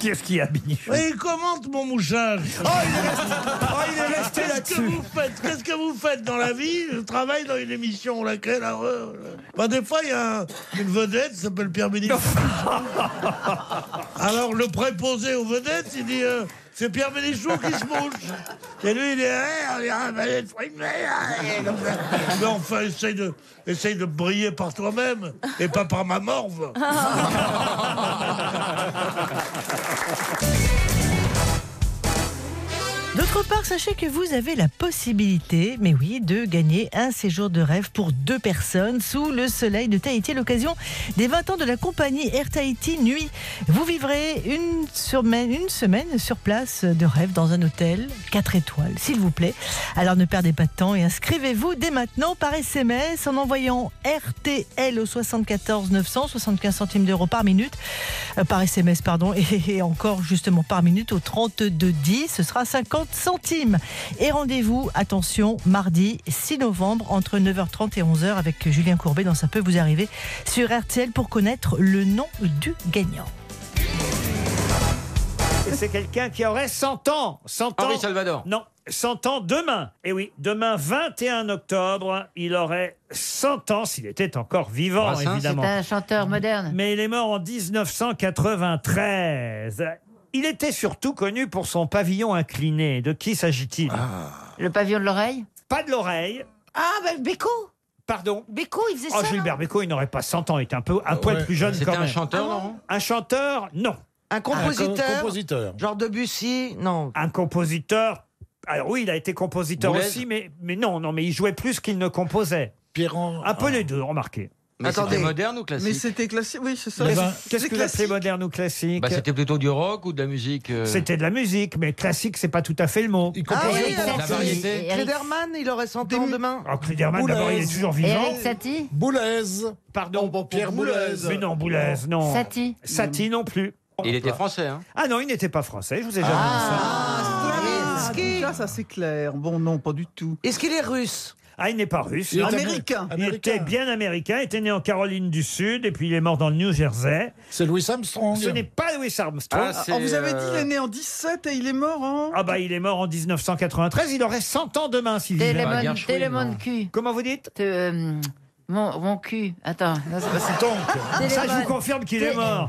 S4: Qu'est-ce qu'il y a, Bénichou
S10: Mais il commente mon mouchage. Oh,
S4: il est resté
S10: Qu'est-ce que vous faites Qu'est-ce que vous faites dans la vie Je travaille dans une émission laquelle alors, euh, bah, des fois il y a un- une vedette qui s'appelle
S4: <laughs>
S10: Pierre Bénichou. alors le préposé aux vedettes, il dit euh, c'est Pierre Bénichou qui se mouche. Et lui il est Ah, il y a un valet de fruits de mer, ah, et comme ça. Mais enfin essaye de essaye de briller par toi-même et pas par ma morve.
S3: D'autre part, sachez que vous avez la possibilité, mais oui, de gagner un séjour de rêve pour deux personnes sous le soleil de Tahiti à l'occasion des 20 ans de la compagnie Air Tahiti Nuit. Vous vivrez une semaine, une semaine sur place de rêve dans un hôtel 4 étoiles, s'il vous plaît. Alors ne perdez pas de temps et inscrivez-vous dès maintenant par SMS en envoyant RTL au 74 900, 75 centimes d'euros par minute, euh, par SMS, pardon, <laughs> et, et encore justement par minute au 32 10, ce sera 50 centimes. Et rendez-vous, attention, mardi 6 novembre entre 9h30 et 11h avec Julien Courbet dans Ça peut vous arriver sur RTL pour connaître le nom du gagnant.
S4: Et C'est quelqu'un qui aurait 100 ans. 100 ans.
S8: Henri Salvador.
S4: Non, 100 ans demain. Et oui, demain 21 octobre, il aurait 100 ans s'il était encore vivant,
S17: C'est
S4: évidemment.
S17: un chanteur moderne.
S4: Mais il est mort en 1993. Il était surtout connu pour son pavillon incliné. De qui s'agit-il
S9: Ah. Le pavillon de l'oreille
S4: Pas de l'oreille.
S9: Ah, ben Beko
S4: Pardon
S9: Beko, il faisait
S4: Oh,
S9: ça
S4: Gilbert Bécaud, il n'aurait pas 100 ans, il était un peu un poil
S5: ouais.
S4: plus jeune
S5: C'était
S4: quand
S5: un
S4: même.
S5: chanteur, Ah bon non
S4: Un chanteur, non.
S5: Un compositeur
S4: Un
S5: Genre Debussy Non.
S4: Un compositeur. Alors oui, il a été compositeur
S5: Boulez
S4: aussi, mais, mais non, non, mais il jouait plus qu'il ne composait. Un
S5: Ah.
S4: peu les deux, remarquez.
S19: Mais c'était Attendez. moderne ou classique Mais c'était
S4: classique, oui, c'est
S19: ça.
S4: Qu'est-ce
S19: Ben,
S4: qu'est-ce
S19: c'est
S4: que vous appelez
S19: classique.
S4: moderne ou classique
S19: Bah, c'était plutôt du rock ou de la musique euh,
S4: C'était de la musique, mais classique, c'est pas tout à fait le mot.
S5: Ah oui, alors,
S19: La
S5: c'est-
S19: variété.
S5: Klederman, il aurait 100 ans demain.
S4: Alors, Klederman, Oh, d'abord, il est toujours vivant.
S5: Satie
S4: Boulez. Pardon, Pierre
S5: Boulez.
S4: Mais non, Boulez, non.
S9: Satie.
S4: Satie non plus.
S19: Il était français, hein
S4: Ah non, il n'était pas français, je vous ai jamais
S19: Ah,
S5: déjà,
S19: ça c'est clair. Bon, non, pas du tout.
S5: Est-ce qu'il est russe
S4: Ah, il n'est pas russe.
S19: Il est américain.
S4: Il était bien américain. Il était né en Caroline du Sud et puis il est mort dans le New Jersey. C'est Louis Armstrong. Ce n'est pas Louis Armstrong.
S19: Ah, on vous avait dit, il est né en
S4: 17 et il est mort en. Ah, bah, il est mort en 1993. Il aurait 100 ans demain, si
S19: Bah,
S9: Télémon, Télémon cul.
S4: Comment vous dites
S17: euh,
S4: Ah,
S9: mon, mon cul. Attends. Non, c'est pas ça.
S4: Ça, je vous
S9: Télémon.
S4: confirme qu'il est
S9: Té-
S17: <laughs>
S4: mort.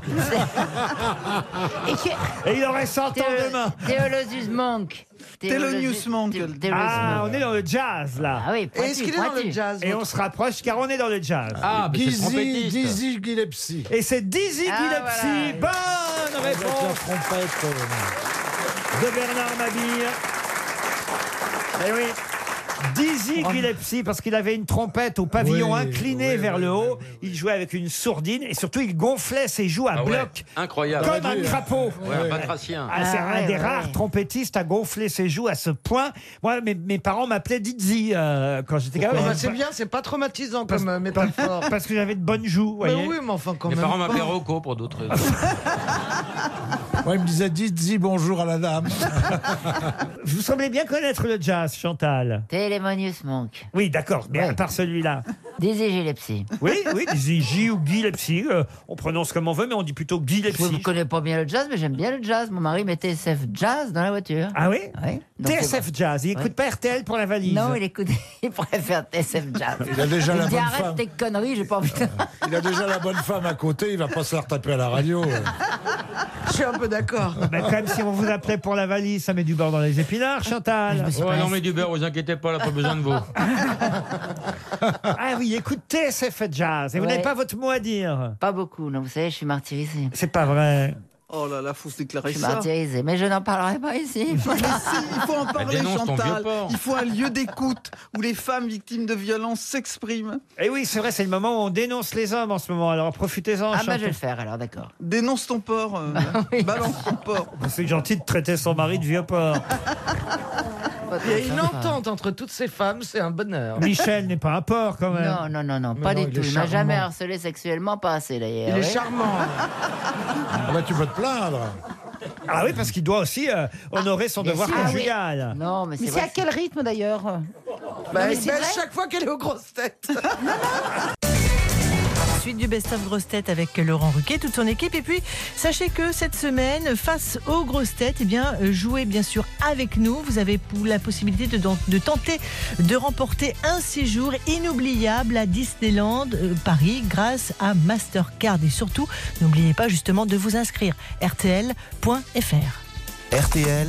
S9: Et que-
S4: Et il aurait 100 ans
S9: Théo-
S4: demain.
S9: Théolosius Monk.
S4: Thelonious
S9: Monk.
S4: Ah, on est dans le jazz, là.
S9: Ah oui, pointu, Est-ce qu'il est dans pointu. le jazz,
S4: Et on
S9: votre-
S4: se rapproche car on est dans le jazz.
S19: Ah, mais c'est le Dizzy- trompettiste. Dizzy
S4: Gillespie. Et c'est Dizzy
S9: Ah,
S4: Gillespie. Bonne réponse de Bernard Mabille. Eh oui. Dizzy Gillespie, parce qu'il avait une trompette au pavillon
S19: Oui,
S4: incliné vers le haut. Il jouait avec une sourdine et surtout il gonflait ses joues à
S19: Ah ouais,
S4: bloc.
S19: incroyable.
S4: Comme un crapaud.
S19: Ouais, un batracien.
S4: Ah, c'est
S19: Ah
S4: un
S19: ouais,
S4: des
S19: ouais,
S4: rares
S19: ouais.
S4: trompettiste à gonfler ses joues à ce point. Moi, mes, mes parents m'appelaient Dizzy euh, quand j'étais gamin.
S5: Ah bah, C'est bien, c'est pas traumatisant comme euh, métaphore.
S4: Parce que j'avais de bonnes joues, vous
S5: Mais
S4: voyez.
S5: Bah oui, mais enfin, quand
S19: Mes
S5: même.
S19: parents
S5: pas.
S19: m'appelaient
S6: <laughs>
S19: Rocco pour d'autres raisons.
S4: Ah,
S6: Moi, il me disait, dites dis bonjour à la
S10: <laughs>
S6: dame.
S4: Vous semblez bien connaître le jazz, Chantal.
S9: Télémonius Monk.
S4: Oui, d'accord, mais à part celui-là.
S9: Dizzy Gillespie.
S4: Oui, oui, Dizzy J ou Guy Lepsy, euh, on prononce comme on veut, mais on dit plutôt Guy
S9: Je ne
S4: Lepsy.
S9: connais pas bien le jazz, mais j'aime bien le jazz. Mon mari mettait SF Jazz dans la voiture.
S4: Ah oui
S9: Oui. Donc,
S4: TSF Jazz, il
S9: Ouais.
S4: écoute pas RTL pour la valise.
S9: Non, il écoute, <laughs> il préfère TSF Jazz.
S6: Il a déjà
S9: il
S6: la
S9: dit
S6: bonne
S9: arrête
S6: femme.
S9: tes conneries, j'ai pas envie
S4: <laughs>
S9: de...
S6: Il a déjà la bonne femme à côté, il va pas se la retaper à la radio.
S5: Je suis un peu d'accord.
S4: Bah, quand même, si on vous appelait pour la valise, ça met du beurre dans les épinards,
S9: Ah,
S4: Chantal.
S19: Ouais, non, mais du beurre, vous inquiétez pas, là, pas besoin de vous.
S4: Ah oui, écoute TSF Jazz, et Ah, vous
S9: Ouais.
S4: n'avez pas votre mot à dire.
S9: Pas beaucoup, non, vous savez, je suis martyrisée.
S4: C'est pas vrai.
S19: Oh là là, faut se
S9: Je
S19: déclarer
S9: suis martyrisée, mais je n'en parlerai pas ici.
S19: Mais si,
S9: il <laughs> faut en
S19: parler, dénonce ton Chantal. vieux porc.
S20: Il faut un lieu d'écoute où les femmes victimes de violences s'expriment.
S4: Et Eh oui, c'est vrai, c'est le moment où on dénonce les hommes en ce moment, alors profitez-en.
S9: Ah, bah,
S4: Chantal.
S9: je vais le faire alors, d'accord. Ah,
S20: Dénonce ton porc, euh, balance ton porc.
S4: C'est gentil de traiter son mari de vieux porc.
S9: Ah,
S5: Il y a une entente entre toutes ces femmes, c'est un bonheur.
S4: Michel n'est pas un porc quand même.
S9: Non, non, non, non,
S5: Mais
S9: pas
S5: non,
S9: du
S5: il
S9: tout.
S5: est
S9: Il m'a
S5: charmant.
S9: jamais harcelé sexuellement, pas assez d'ailleurs.
S5: Il est
S9: oui.
S5: charmant.
S6: Ah bah, tu peux te plaindre.
S4: Ah oui, parce qu'il doit aussi euh, honorer son
S9: bien
S4: devoir
S9: sûr. Ah oui.
S4: conjugal.
S9: Non,
S15: Bah,
S9: mais c'est
S21: Mais c'est à
S9: vrai.
S21: quel rythme d'ailleurs
S5: <laughs> Bah,
S21: Non, mais
S5: elle
S21: c'est
S5: belle
S21: vrai
S5: chaque fois qu'elle est aux grosses têtes.
S3: Suite du Best of Grosse Tête avec Laurent Ruquet, toute son équipe. Et puis, sachez que cette semaine, face aux grosses têtes, eh bien, euh, jouez bien sûr avec nous. Vous avez pou- la possibilité de, dan- de tenter de remporter un séjour inoubliable à Disneyland euh, Paris grâce à Mastercard. Et surtout, n'oubliez pas justement de vous inscrire. RTL.fr.
S2: RTL.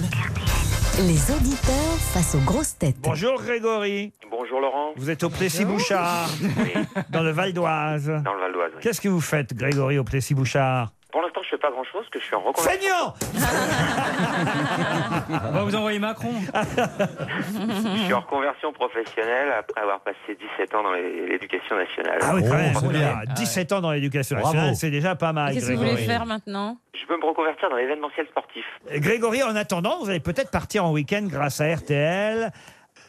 S22: Les auditeurs face aux grosses têtes.
S4: Bonjour Grégory.
S16: Bonjour Laurent.
S4: Vous êtes au Plessis-Bouchard, <laughs> dans le Val d'Oise.
S16: Dans le Val d'Oise. oui.
S4: Qu'est-ce que vous faites, Grégory, au Plessis-Bouchard
S16: Pour l'instant, je fais pas grand-chose, que je suis en reconversion.
S4: Seigneur
S8: On va vous envoyer Macron.
S16: Je suis en reconversion professionnelle après avoir passé 17 ans dans les- l'éducation nationale.
S8: Oh,
S4: Ah oui, quand même, voilà, 17 ans dans l'éducation
S16: Bravo.
S4: nationale, c'est déjà pas mal,
S23: Qu'est-ce que vous voulez
S4: Ah, Grégory. Euh,
S23: faire maintenant
S16: Je peux me reconvertir dans l'événementiel sportif.
S4: Grégory, en attendant, vous allez peut-être partir en week-end grâce à RTL.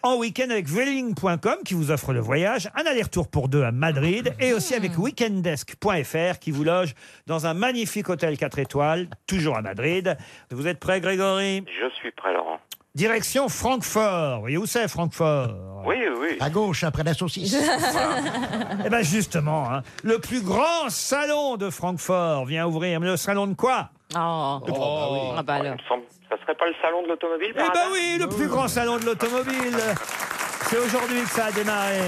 S4: En week-end avec Vueling.com qui vous offre le voyage, un aller-retour pour deux à Madrid et aussi avec
S23: Ah.
S4: Weekendesk.fr qui vous loge dans un magnifique hôtel 4 étoiles, toujours à Madrid. Vous êtes prêt, Grégory
S16: Je suis prêt, Laurent.
S4: Direction Francfort. Vous voyez où c'est, Francfort
S16: Oui, oui.
S4: À gauche, après
S23: <laughs>
S4: la saucisse. Eh bien, justement, hein, le plus grand salon de Francfort vient ouvrir. Mais le salon de quoi
S23: Oh, Ah bah alors.
S16: Il me semble- Ça serait pas le salon de l'automobile
S4: Eh
S16: par
S4: ben
S16: hasard
S4: oui, le plus grand salon de
S16: Ah
S4: l'automobile. C'est aujourd'hui que ça a démarré.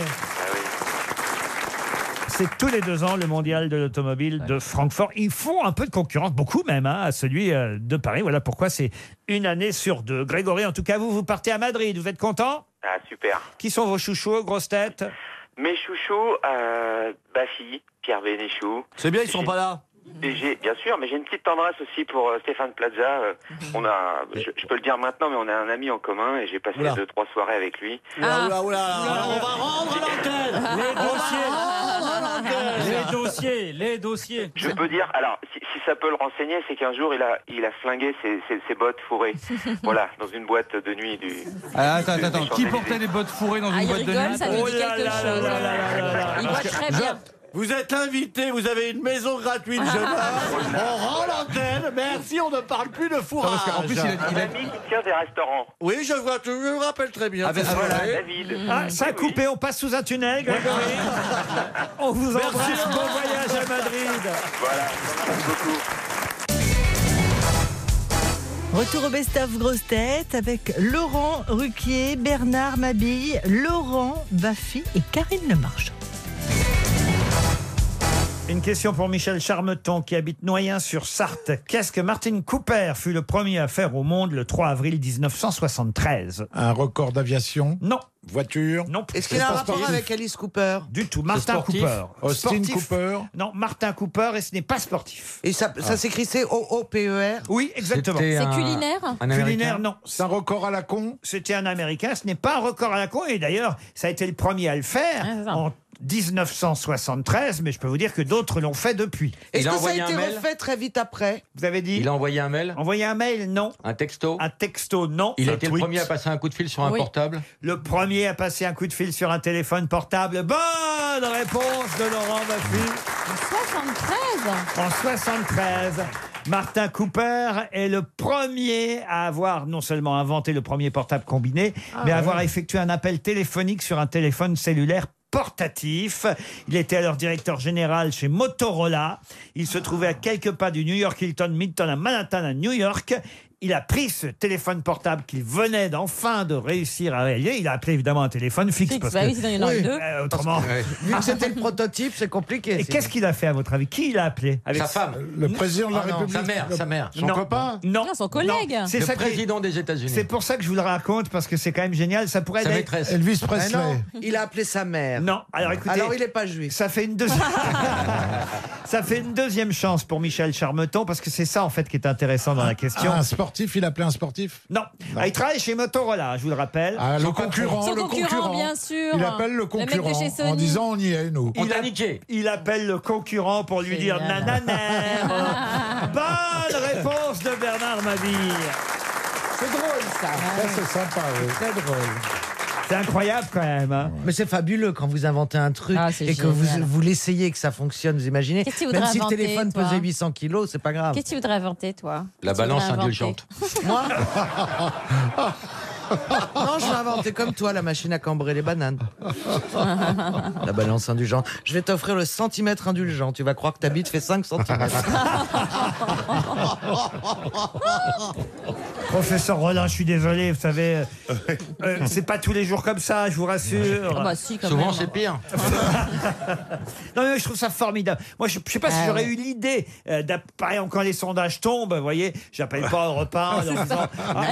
S4: C'est tous les deux ans le mondial de l'automobile de Francfort. Ils font un peu de concurrence, beaucoup même, hein, à celui euh, de Paris. Voilà pourquoi c'est une année sur deux. Grégory, en tout cas, vous, vous partez à Madrid. Vous êtes content
S16: Ah, super.
S4: Qui sont vos chouchous, grosses têtes
S16: Mes chouchous, euh, Baffy, Pierre Bénichou.
S4: C'est bien, ils sont pas là.
S16: Et j'ai- bien sûr, mais j'ai une petite tendresse aussi pour euh, Stéphane Plaza. Euh, on a, je, je peux le dire maintenant, mais on a un ami en commun et j'ai passé
S1: Oula.
S16: deux trois soirées avec lui.
S4: Oh
S1: on va rendre l'antenne
S16: Les
S1: dossiers
S16: l'antenne.
S8: Les dossiers, les dossiers.
S16: Je peux dire, alors si, si ça peut le renseigner, c'est qu'un jour il a, il a flingué ses, ses- ses bottes fourrées. voilà, dans une boîte de nuit du.
S1: Ah,
S16: attends, attends, attends.
S1: Qui portait
S16: des
S1: bottes fourrées dans
S16: Ah,
S1: une
S16: il
S1: boîte de
S16: rigole,
S1: nuit
S16: ça lui dit Oh là quelque là chose. là là là là
S1: Il
S16: Parce que-
S1: très bien.
S15: Vous êtes invité, vous avez une maison gratuite, je
S16: Ah.
S1: là.
S15: On rend l'antenne, merci, on ne parle plus de fourrage.
S16: tient des restaurants.
S15: Oui, je vois, tout, je me rappelle très bien.
S16: Avec-
S15: C'est
S16: voilà,
S15: vrai.
S16: David.
S4: ben, Ah, ça a coupé, on passe sous un tunnel, Grégory. <laughs> on vous
S1: Merci.
S4: embrasse, bon voyage à Madrid.
S16: Voilà, merci beaucoup.
S3: Retour au best-of grosse tête avec Laurent Ruquier, Bernard Mabille, Laurent Baffy et Karine Lemarchand.
S4: Une question pour Michel Charmeton qui habite Noyen-sur-Sarthe. Qu'est-ce que Martin Cooper fut le premier à faire au monde le 3 avril 1973
S6: Un record d'aviation
S4: Non.
S6: Voiture
S4: Non.
S5: Est-ce qu'il a un rapport avec Alice Cooper
S4: Du tout. Martin
S6: sportif
S4: Cooper.
S6: Austin Cooper
S4: Non, Martin Cooper et ce n'est pas sportif.
S5: Et ça, ça
S4: Ah.
S5: s'écrit c'est O-O-P-E-R
S4: Oui, exactement.
S5: C'était C'est un- culinaire un Américain
S4: Culinaire, non. C'est un record à la con C'était un Américain, ce n'est pas un record à la con, et d'ailleurs, ça a été le premier à le
S5: Ah,
S4: faire en 1973, mais je peux vous dire que d'autres l'ont fait depuis.
S5: Est-ce que ça a été refait très vite après
S4: Vous avez dit
S19: Il a envoyé un mail
S4: Envoyer un mail, non.
S19: Un texto
S4: Un texto, non.
S19: Il a
S4: Un
S19: été
S4: tweet.
S19: le premier à passer un coup de fil sur un
S4: Oui.
S19: portable
S4: Le premier à passer un coup de fil sur un téléphone portable. Bonne réponse de Laurent Baffy. <laughs>
S7: 73
S4: En 73, Martin Cooper est le premier à avoir non seulement inventé le premier portable combiné,
S1: Ah
S4: mais à
S1: ouais.
S4: avoir effectué un appel téléphonique sur un téléphone cellulaire portatif. Il était alors directeur général chez Motorola. Il se trouvait à quelques pas du New York Hilton Midtown à Manhattan à New York. Il a pris ce téléphone portable qu'il venait d'enfin de réussir à réaliser. Il a appelé évidemment un téléphone fixe.
S5: Fixe,
S4: parce
S5: bah
S4: que-
S5: oui, sinon il y en a
S4: Oui,
S5: deux.
S4: euh, autrement.
S5: Vu que c'était le prototype, c'est compliqué.
S4: Et
S5: c'est-
S4: qu'est-ce qu'il a fait à votre avis Qui il a appelé
S19: Sa femme.
S6: Le président de la
S19: Ah non,
S6: République.
S19: Sa mère, sa mère. Son
S4: Non.
S19: copain
S4: Non.
S7: son collègue.
S4: Non. C'est
S19: Le
S4: ça qui-
S19: président des États-Unis.
S4: C'est pour ça que je vous le raconte parce que c'est quand même génial. Ça pourrait
S19: Sa
S4: être
S19: maîtresse. Elvis Presley.
S5: Ah non, il a appelé sa mère.
S4: Non. Alors écoutez.
S5: Alors il n'est pas juif.
S4: Ça fait
S5: <laughs>
S4: une deuxième. ça fait une deuxième chance pour Michel Charmeton parce que c'est ça en fait qui est intéressant dans la question.
S6: Ah, un sportif, il appelait un sportif
S4: Non. Ah, il travaille chez Motorola, je vous le rappelle.
S6: Ah, le concurrent,
S7: Son
S6: le
S7: concurrent,
S6: concurrent,
S7: bien sûr.
S6: Il appelle le
S7: Le mec de
S6: concurrent
S7: chez Sony.
S6: en disant on y est, nous.
S4: Il, a- il appelle le concurrent pour lui dire
S7: <laughs>
S4: nanana. Bonne réponse de Bernard Mabille.
S5: C'est drôle ça.
S6: Ça, c'est sympa, oui.
S5: Très drôle.
S4: C'est incroyable quand même. hein.
S5: Mais c'est fabuleux quand vous inventez un truc
S11: Ah, c'est
S5: et que vous,
S11: génial.
S5: vous l'essayez et que ça fonctionne, vous imaginez.
S11: Qu'est-ce que tu
S5: Même
S11: voudrais
S5: si le
S11: inventer,
S5: téléphone
S11: toi
S5: pesait 800 kilos, c'est pas grave.
S11: Qu'est-ce que tu voudrais inventer, toi
S19: La
S11: Qu'est-ce que tu
S19: balance
S11: voudrais inventer
S19: indulgente. <laughs>
S11: <laughs>
S5: Moi <laughs> Non, je l'ai inventé comme toi, la machine à cambrer les
S16: <laughs>
S5: bananes. La balance indulgente. Je vais t'offrir le centimètre indulgent. Tu vas croire que ta bite fait 5 centimètres.
S4: <laughs> Professeur Rollin, je suis désolé, vous savez, euh, euh, c'est pas tous les jours comme ça, je vous rassure.
S11: Ah bah si, quand
S19: Souvent, c'est pire.
S4: <laughs> non mais je trouve ça formidable. Moi, je, je sais pas si
S11: Ah
S4: j'aurais
S11: ouais.
S4: eu l'idée euh, d'app- pareil, encore quand les sondages tombent, vous voyez, j'appelle pas Europe 1
S11: <laughs>
S4: en leur disant, Ah,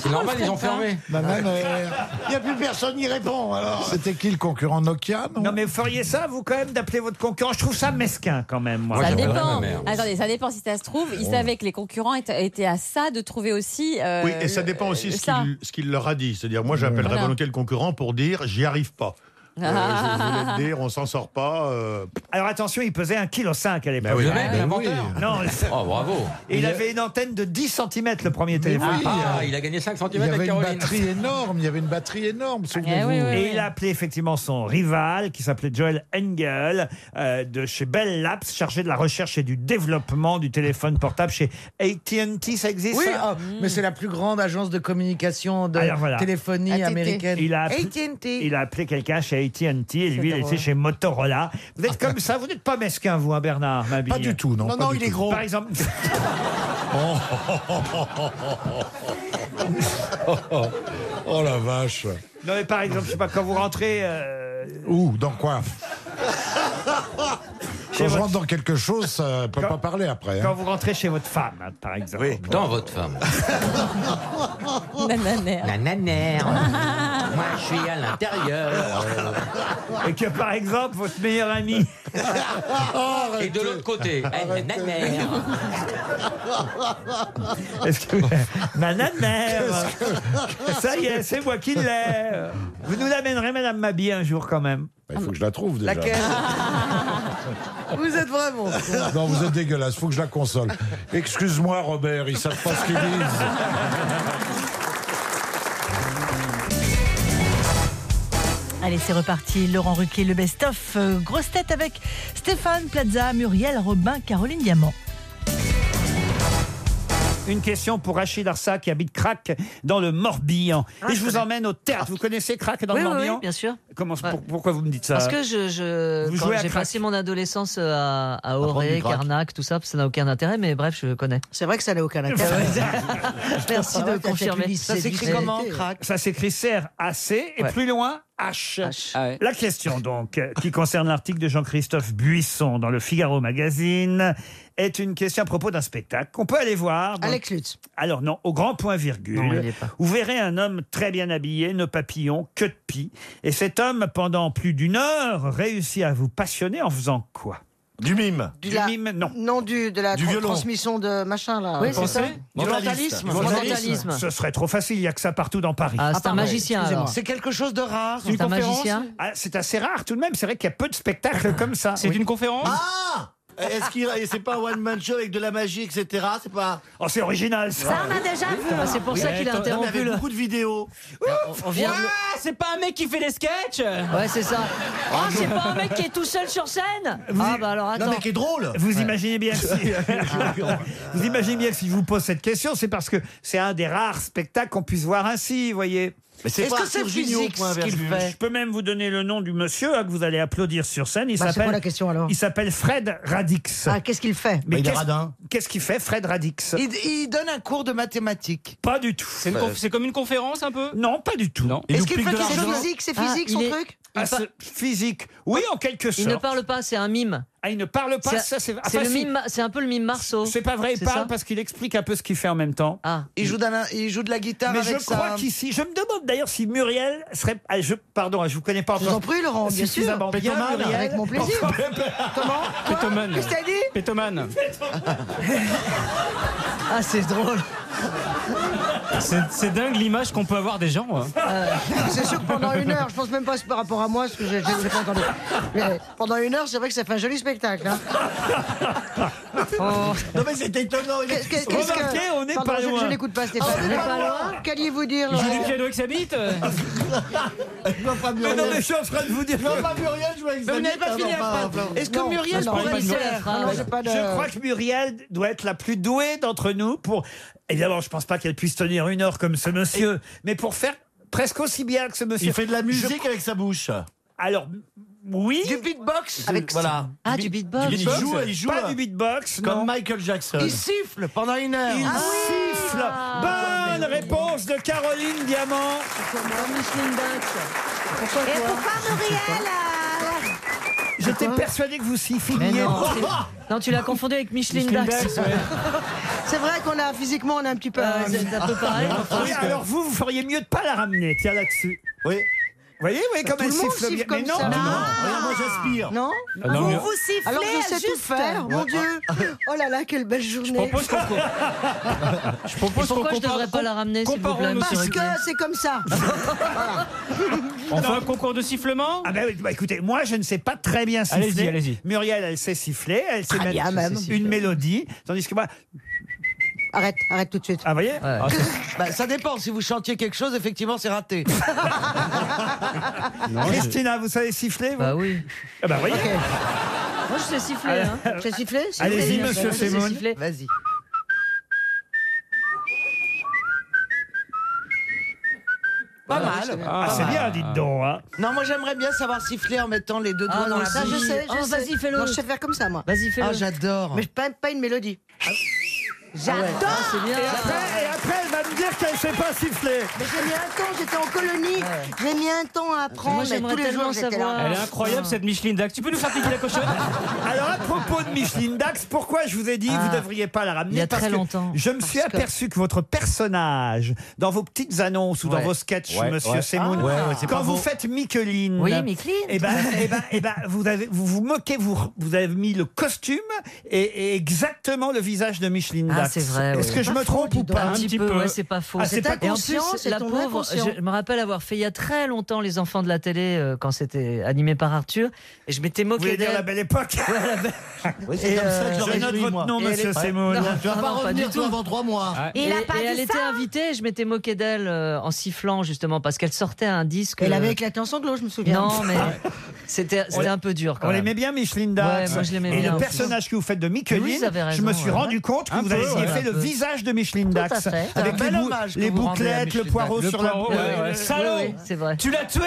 S19: C'est normal, ils ont fermé.
S15: Il n'y a plus personne qui répond, alors.
S6: C'était qui le concurrent Nokia non,
S4: mais vous feriez ça, vous quand même, d'appeler votre concurrent. Je trouve ça mesquin quand même. Moi,
S11: ça dépend. Attendez, ça dépend si ça se trouve. Ils savaient que les concurrents étaient étaient à ça de trouver aussi. euh,
S12: Oui, et ça
S11: le-
S12: dépend aussi
S11: le-
S12: ce
S11: ça.
S12: qu'il, ce qu'il leur a dit. C'est-à-dire, moi, j'appellerai
S11: Voilà.
S12: n'importe quel concurrent pour dire j'y arrive pas.
S11: <laughs>
S12: Euh, je
S13: Ah.
S12: voulais te dire, on s'en sort pas. euh.
S4: Alors attention, il pesait 1,5 kg à l'époque.
S12: Bah oui, Le mec, bah l'inventeur. oui.
S4: Non.
S19: <laughs> Oh, bravo.
S4: Et il
S19: Il a-
S4: avait une antenne de 10 cm le premier téléphone.
S19: Ah, ah, il a gagné 5
S6: Il y
S19: cm
S6: avait
S19: avec
S6: une
S19: Caroline. Ah,
S6: batterie énorme, il y avait une batterie énorme, souvenez-vous.
S4: Et il a appelé effectivement son rival, qui s'appelait Joel Engel, euh, de chez Bell Labs, chargé de la recherche et du développement du téléphone portable chez AT&T. Ça existe
S5: Oui,
S4: ça
S5: ah,
S19: Hmm.
S5: mais c'est la plus grande agence de communication de
S4: Alors voilà.
S5: téléphonie américaine.
S4: Il a appelé,
S5: AT&T.
S4: il a appelé quelqu'un chez AT&T et lui, il
S5: drôle.
S4: était chez Motorola. Vous êtes comme ça, vous n'êtes pas mesquin, vous, hein, Bernard Mabille
S6: Pas du tout, non, Non, pas non, du il tout. est gros.
S4: Par exemple...
S13: <laughs>
S6: Oh, oh la vache.
S4: Non, mais par exemple, je sais pas, quand vous rentrez... euh,
S10: <laughs>
S6: Où Dans quoi Quand je rentre dans quelque chose, ça ne peut pas parler après. hein.
S4: Quand vous rentrez chez votre femme, hein, par exemple. Oui,
S19: dans votre femme.
S11: Nananère.
S5: Nananère.
S9: <laughs>
S19: Moi, je suis à l'intérieur.
S4: <laughs> Et que par exemple, votre meilleur
S6: <laughs>
S4: ami.
S19: Et de l'autre côté. Eh, nananère.
S4: Est-ce que. Ma nanère Ça y est, c'est moi qui l'ai Vous nous l'amènerez, Madame Mabie, un jour quand même.
S6: Bah, Il faut que je la trouve déjà.
S5: Vous êtes vraiment. con.
S6: Non, vous êtes dégueulasse, faut que je la console. Excuse-moi, Robert, ils savent pas ce qu'ils disent.
S3: Allez, c'est reparti. Laurent Ruquier, le best-of. euh, Grosse tête avec Stéphane Plaza, Muriel Robin, Caroline Diamant.
S4: Une question pour Rachid Arsa qui habite Crac dans le Morbihan. Et je vous emmène au théâtre. Vous connaissez Crac dans
S13: Ah, Oui,
S4: le
S13: oui,
S4: Morbihan
S13: oui, bien sûr.
S4: Comment, pour- pourquoi vous me dites ça
S13: Parce que je, je-
S4: Vous
S13: quand
S4: jouez à
S13: j'ai
S4: crack.
S13: passé mon adolescence euh, à, à Auray,
S4: du crack.
S13: Carnac, tout ça, ça n'a aucun intérêt, mais bref, je connais. C'est vrai que ça n'a aucun <laughs> intérêt. Merci de confirmer.
S4: Ça s'écrit C-R-A-C et
S13: Ouais.
S4: plus loin H. La question donc, euh, qui concerne l'article de Jean-Christophe Buisson dans le Figaro Magazine, est une question à propos d'un spectacle qu'on peut aller voir. Alex Lutz. Alors non, au grand point virgule.
S13: Non, il y est pas.
S4: Vous verrez un homme très bien habillé, nos papillons, queue de pie. Et cet homme, pendant plus d'une heure, réussit à vous passionner en faisant quoi Du mime. Du, mime, non.
S24: Non, du, de la
S4: Du
S24: tra-
S4: violon.
S24: transmission de machin, là.
S4: Vous pensez
S24: Du Ah, mentalisme.
S4: Ce serait trop facile, il n'y a que ça partout dans Paris.
S13: Ah, c'est un magicien. alors.
S5: C'est quelque chose de rare.
S13: C'est une C'est un conférence magicien
S4: Ah, C'est assez rare tout de même, c'est vrai qu'il y a peu de spectacles comme ça. C'est une conférence
S14: Ah Est-ce qu'il et c'est pas un one man show avec de la magie etc c'est pas
S4: Oh c'est original ça.
S13: Ça, on a déjà vu. Ah, c'est pour ça qu'il a
S14: attends,
S13: interrompu
S14: Il y avait
S13: le-
S14: beaucoup de vidéos.
S8: Bah,
S13: on vient de-
S8: Ouais, c'est pas un mec qui fait des sketchs
S13: Ouais, c'est ça. Ah, c'est pas un mec qui est tout seul sur scène Ah, bah alors attends.
S4: Vous imaginez bien que si... vous imaginez bien que si je vous pose cette question, c'est parce que c'est un des rares spectacles qu'on puisse voir ainsi, vous voyez.
S14: Mais c'est Est-ce pas que c'est Arthur Junior, physique, point, ce qu'il versus. fait
S4: Je peux même vous donner le nom du monsieur hein, que vous allez applaudir sur scène. Il
S24: Bah, c'est
S4: s'appelle.
S24: quoi la question, alors
S4: Il s'appelle Fred Radix.
S24: Ah, qu'est-ce qu'il fait
S4: Mais qu'est-ce- Qu'est-ce qu'il fait, Fred Radix
S5: Il, il donne un cours de mathématiques.
S4: Pas du tout.
S8: C'est une conf- c'est comme une conférence un peu
S4: Non, pas du tout. Non.
S5: Est-ce qu'il fait quelque chose physique
S13: C'est physique, son truc
S4: Ah, c'est Physique. Oui, en quelque sorte.
S13: Il ne parle pas, c'est un mime.
S4: Ah, il ne parle pas,
S13: C'est-
S4: ça c'est.
S13: c'est
S4: enfin,
S13: le
S4: si.
S13: mime, c'est un peu le mime Marceau.
S4: C'est pas vrai, il
S13: C'est
S4: parle
S13: ça
S4: parce qu'il explique un peu ce qu'il fait en même temps.
S13: Ah.
S5: Il joue, d'un- il joue de la guitare
S4: Mais
S5: avec
S4: je
S5: sa-
S4: crois qu'ici, je me demande d'ailleurs si Muriel serait. ah, je, pardon, je vous connais pas
S24: Je
S4: encore.
S24: vous en prie, Laurent, bien sûr.
S4: Suffisamment bien,
S24: Pétomane,
S4: Muriel.
S24: avec mon plaisir.
S4: Comment
S8: Pétomane.
S24: Qu'est-ce que t'as dit
S8: Pétomane.
S13: Ah, c'est drôle.
S8: C'est c'est dingue l'image qu'on peut avoir des gens. hein. ouais.
S24: <laughs> C'est sûr que pendant une heure, je pense même pas c'est par rapport à moi, parce que je n'ai pas entendu. Mais pendant une heure, c'est vrai que ça fait un joli spectacle. hein.
S14: Non mais c'est étonnant. il est-
S24: Qu'est-ce que- qu'est-ce que- Pardon, je- Je n'écoute pas Stéphane.
S14: Ah, on est pas loin.
S24: Qu'alliez-vous dire
S8: Il joue
S24: Laurent
S8: du piano avec sa bite euh.
S14: Non, pas
S4: Mais
S14: Muriel.
S4: non, mais je suis en train de vous dire.
S14: Non, pas Muriel, je
S4: Mais vous n'avez pas fini la phrase.
S14: Est-ce
S24: que Non, Muriel non, pourrait non, laisser non, la non, phrase non, j'ai pas de-
S4: Je crois que Muriel doit être la plus douée d'entre nous pour. Évidemment, je pense pas qu'elle puisse tenir une heure comme ce monsieur, mais pour faire presque aussi bien que ce monsieur.
S14: Il fait de la
S4: Je-
S14: musique avec sa bouche.
S4: Alors, oui.
S14: Du
S5: beatbox
S14: avec voilà.
S13: Ah, du beatbox.
S14: Il joue, il joue.
S4: Pas
S14: là.
S4: du beatbox,
S14: Comme
S4: non.
S14: Michael Jackson.
S5: Il siffle pendant une heure.
S4: Il
S5: Ah oui.
S4: siffle. Bonne réponse de Caroline Diamant.
S13: Et pourquoi Muriel
S24: Ah
S4: J'étais persuadé que vous
S13: Mais
S4: siffliez.
S13: non, c'est- non, tu l'as confondu avec Micheline,
S4: Micheline
S13: Dax.
S4: Dax, ouais.
S24: <laughs>
S4: Ah,
S24: C'est vrai qu'on a physiquement, on a Euh, un petit peu.
S13: Ouais, c'est un peu
S24: <laughs>
S13: pareil.
S4: Oui, alors vous, vous feriez mieux de pas la ramener, tiens là-dessus.
S14: Oui.
S4: Vous voyez, vous voyez comme
S24: Bah, Tout
S4: elle
S24: le monde
S4: siffle
S24: siffle
S4: bien.
S24: comme
S4: Mais non,
S24: ça. Ah.
S4: non.
S14: Regarde, moi j'aspire.
S24: Non
S4: Ah non, mais-
S13: sifflez
S24: Alors je sais tout
S13: juste.
S24: faire, mon Dieu Oh là là, quelle belle journée
S8: propose qu'on
S24: <laughs>
S8: co- Je
S13: Et
S8: propose qu'on
S13: pourquoi je
S8: compare-
S13: devrais pas la ramener, s'il vous plaît,
S8: comparons-nous
S13: monsieur
S8: sur-
S24: Parce que
S13: Ruquier
S24: c'est comme ça
S8: On fait un concours de sifflement
S4: Ah ben oui, bah écoutez, moi je ne sais pas très bien siffler.
S8: Allez-y, allez-y.
S4: Muriel, elle sait siffler, elle sait
S13: Ah,
S24: Très
S4: mettre
S24: bien, même.
S4: une mélodie, tandis que moi,
S24: Arrête, arrête tout de suite.
S4: ah vous voyez,
S5: <laughs> Bah, ça dépend. Si vous chantiez quelque chose, effectivement, c'est raté.
S4: Christina, vous savez siffler vous
S13: Bah oui.
S4: Ah bah voyez.
S13: Moi, je sais siffler. hein.
S24: Je sais siffler siffler,
S4: Allez-y,
S24: bien
S4: monsieur
S24: sûr.
S13: Je sais
S4: Simon.
S13: siffler.
S5: Vas-y.
S13: Pas
S5: mal.
S4: Ah, c'est bien, dites donc. hein.
S5: Non, moi j'aimerais bien savoir siffler en mettant les deux
S13: Ah,
S5: doigts
S13: non,
S5: dans la Ah,
S24: Ça, je
S5: bouche.
S24: sais, je
S13: Oh,
S24: sais.
S13: vas-y, fais-le.
S24: Non, je sais faire comme ça, moi. Ah
S13: Vas-y, fais-le.
S5: Ah, j'adore.
S24: Mais pas, pas une mélodie.
S13: J'adore.
S24: Ah,
S4: Et après, et après, elle va me me dire qu'elle ne sait pas siffler.
S24: Mais j'ai mis un temps, j'étais en colonie, j'ai mis un temps à apprendre. et tous les jours, j'étais là.
S8: Elle est incroyable cette Micheline Dac. Tu peux nous faire piquer la cochonne
S4: <laughs> Alors à propos de Micheline Dax, pourquoi je vous ai dit vous
S8: Ah.
S4: ne devriez pas la ramener
S8: Il y a
S4: Parce
S8: très
S4: que
S8: longtemps.
S4: Je me suis aperçu que votre personnage, dans vos petites annonces ou dans
S8: Ouais.
S4: vos sketchs,
S8: Ouais,
S4: Monsieur
S8: ouais.
S4: Semoun,
S8: Ah. Ouais, ouais, c'est
S4: quand
S8: pas
S4: vous
S8: beau.
S4: faites Micheline,
S8: Oui, Micheline,
S4: eh ben,
S8: tout à fait.
S4: eh ben, eh ben, vous, avez, vous vous moquez, vous, vous avez mis le costume et, et exactement le visage de Micheline
S13: Ah,
S4: Dax.
S13: c'est vrai.
S4: Est-ce
S13: ouais.
S4: que je me trompe ou pas
S13: Un petit peu, ouais, c'est pas faux.
S4: Ah, c'est pas
S13: Et en plus,
S4: conscient,
S24: c'est
S13: la
S24: ton
S13: pauvre,
S24: inconscient.
S13: je me rappelle avoir fait il y a très longtemps les enfants de la télé euh, quand c'était animé par Arthur et je m'étais
S4: Vous voulez
S13: moqué
S4: dire
S13: d'elle.
S4: la belle époque <laughs>
S13: Oui,
S4: Et, euh, je note votre nom, monsieur Semoun.
S13: Tu vas pas revenir, toi, avant
S14: trois mois.
S13: Et, et elle était invitée, et je m'étais moqué d'elle euh, en sifflant justement parce qu'elle sortait un disque.
S24: Elle
S13: euh,
S24: avait éclaté en sanglots, je me souviens.
S13: Non, mais c'était c'était un peu dur quand
S4: On
S13: même.
S4: l'aimait bien, Micheline Dax.
S13: Ouais, moi, je l'aimais
S4: Et
S13: bien.
S4: le personnage que vous faites de Micheline,
S13: Oui, vous avez
S4: je
S13: raison,
S4: me suis
S13: ouais.
S4: rendu compte que
S13: Un
S4: vous
S13: peu,
S4: aviez
S13: ouais,
S4: fait
S13: un
S4: le
S13: peu.
S4: visage de Micheline
S13: Tout à
S4: Dax.
S13: fait. C'est
S4: Avec
S13: un
S4: les,
S13: bel
S4: bou-
S13: hommage que
S4: les
S13: vous rendez à
S4: bouclettes, le
S13: Micheline
S4: poireau
S13: Dax. Le
S4: sur
S13: poireau,
S4: la.
S13: ouais, ouais.
S4: Salaud
S13: Oui, oui, c'est vrai.
S4: Tu l'as
S13: <laughs>
S4: tué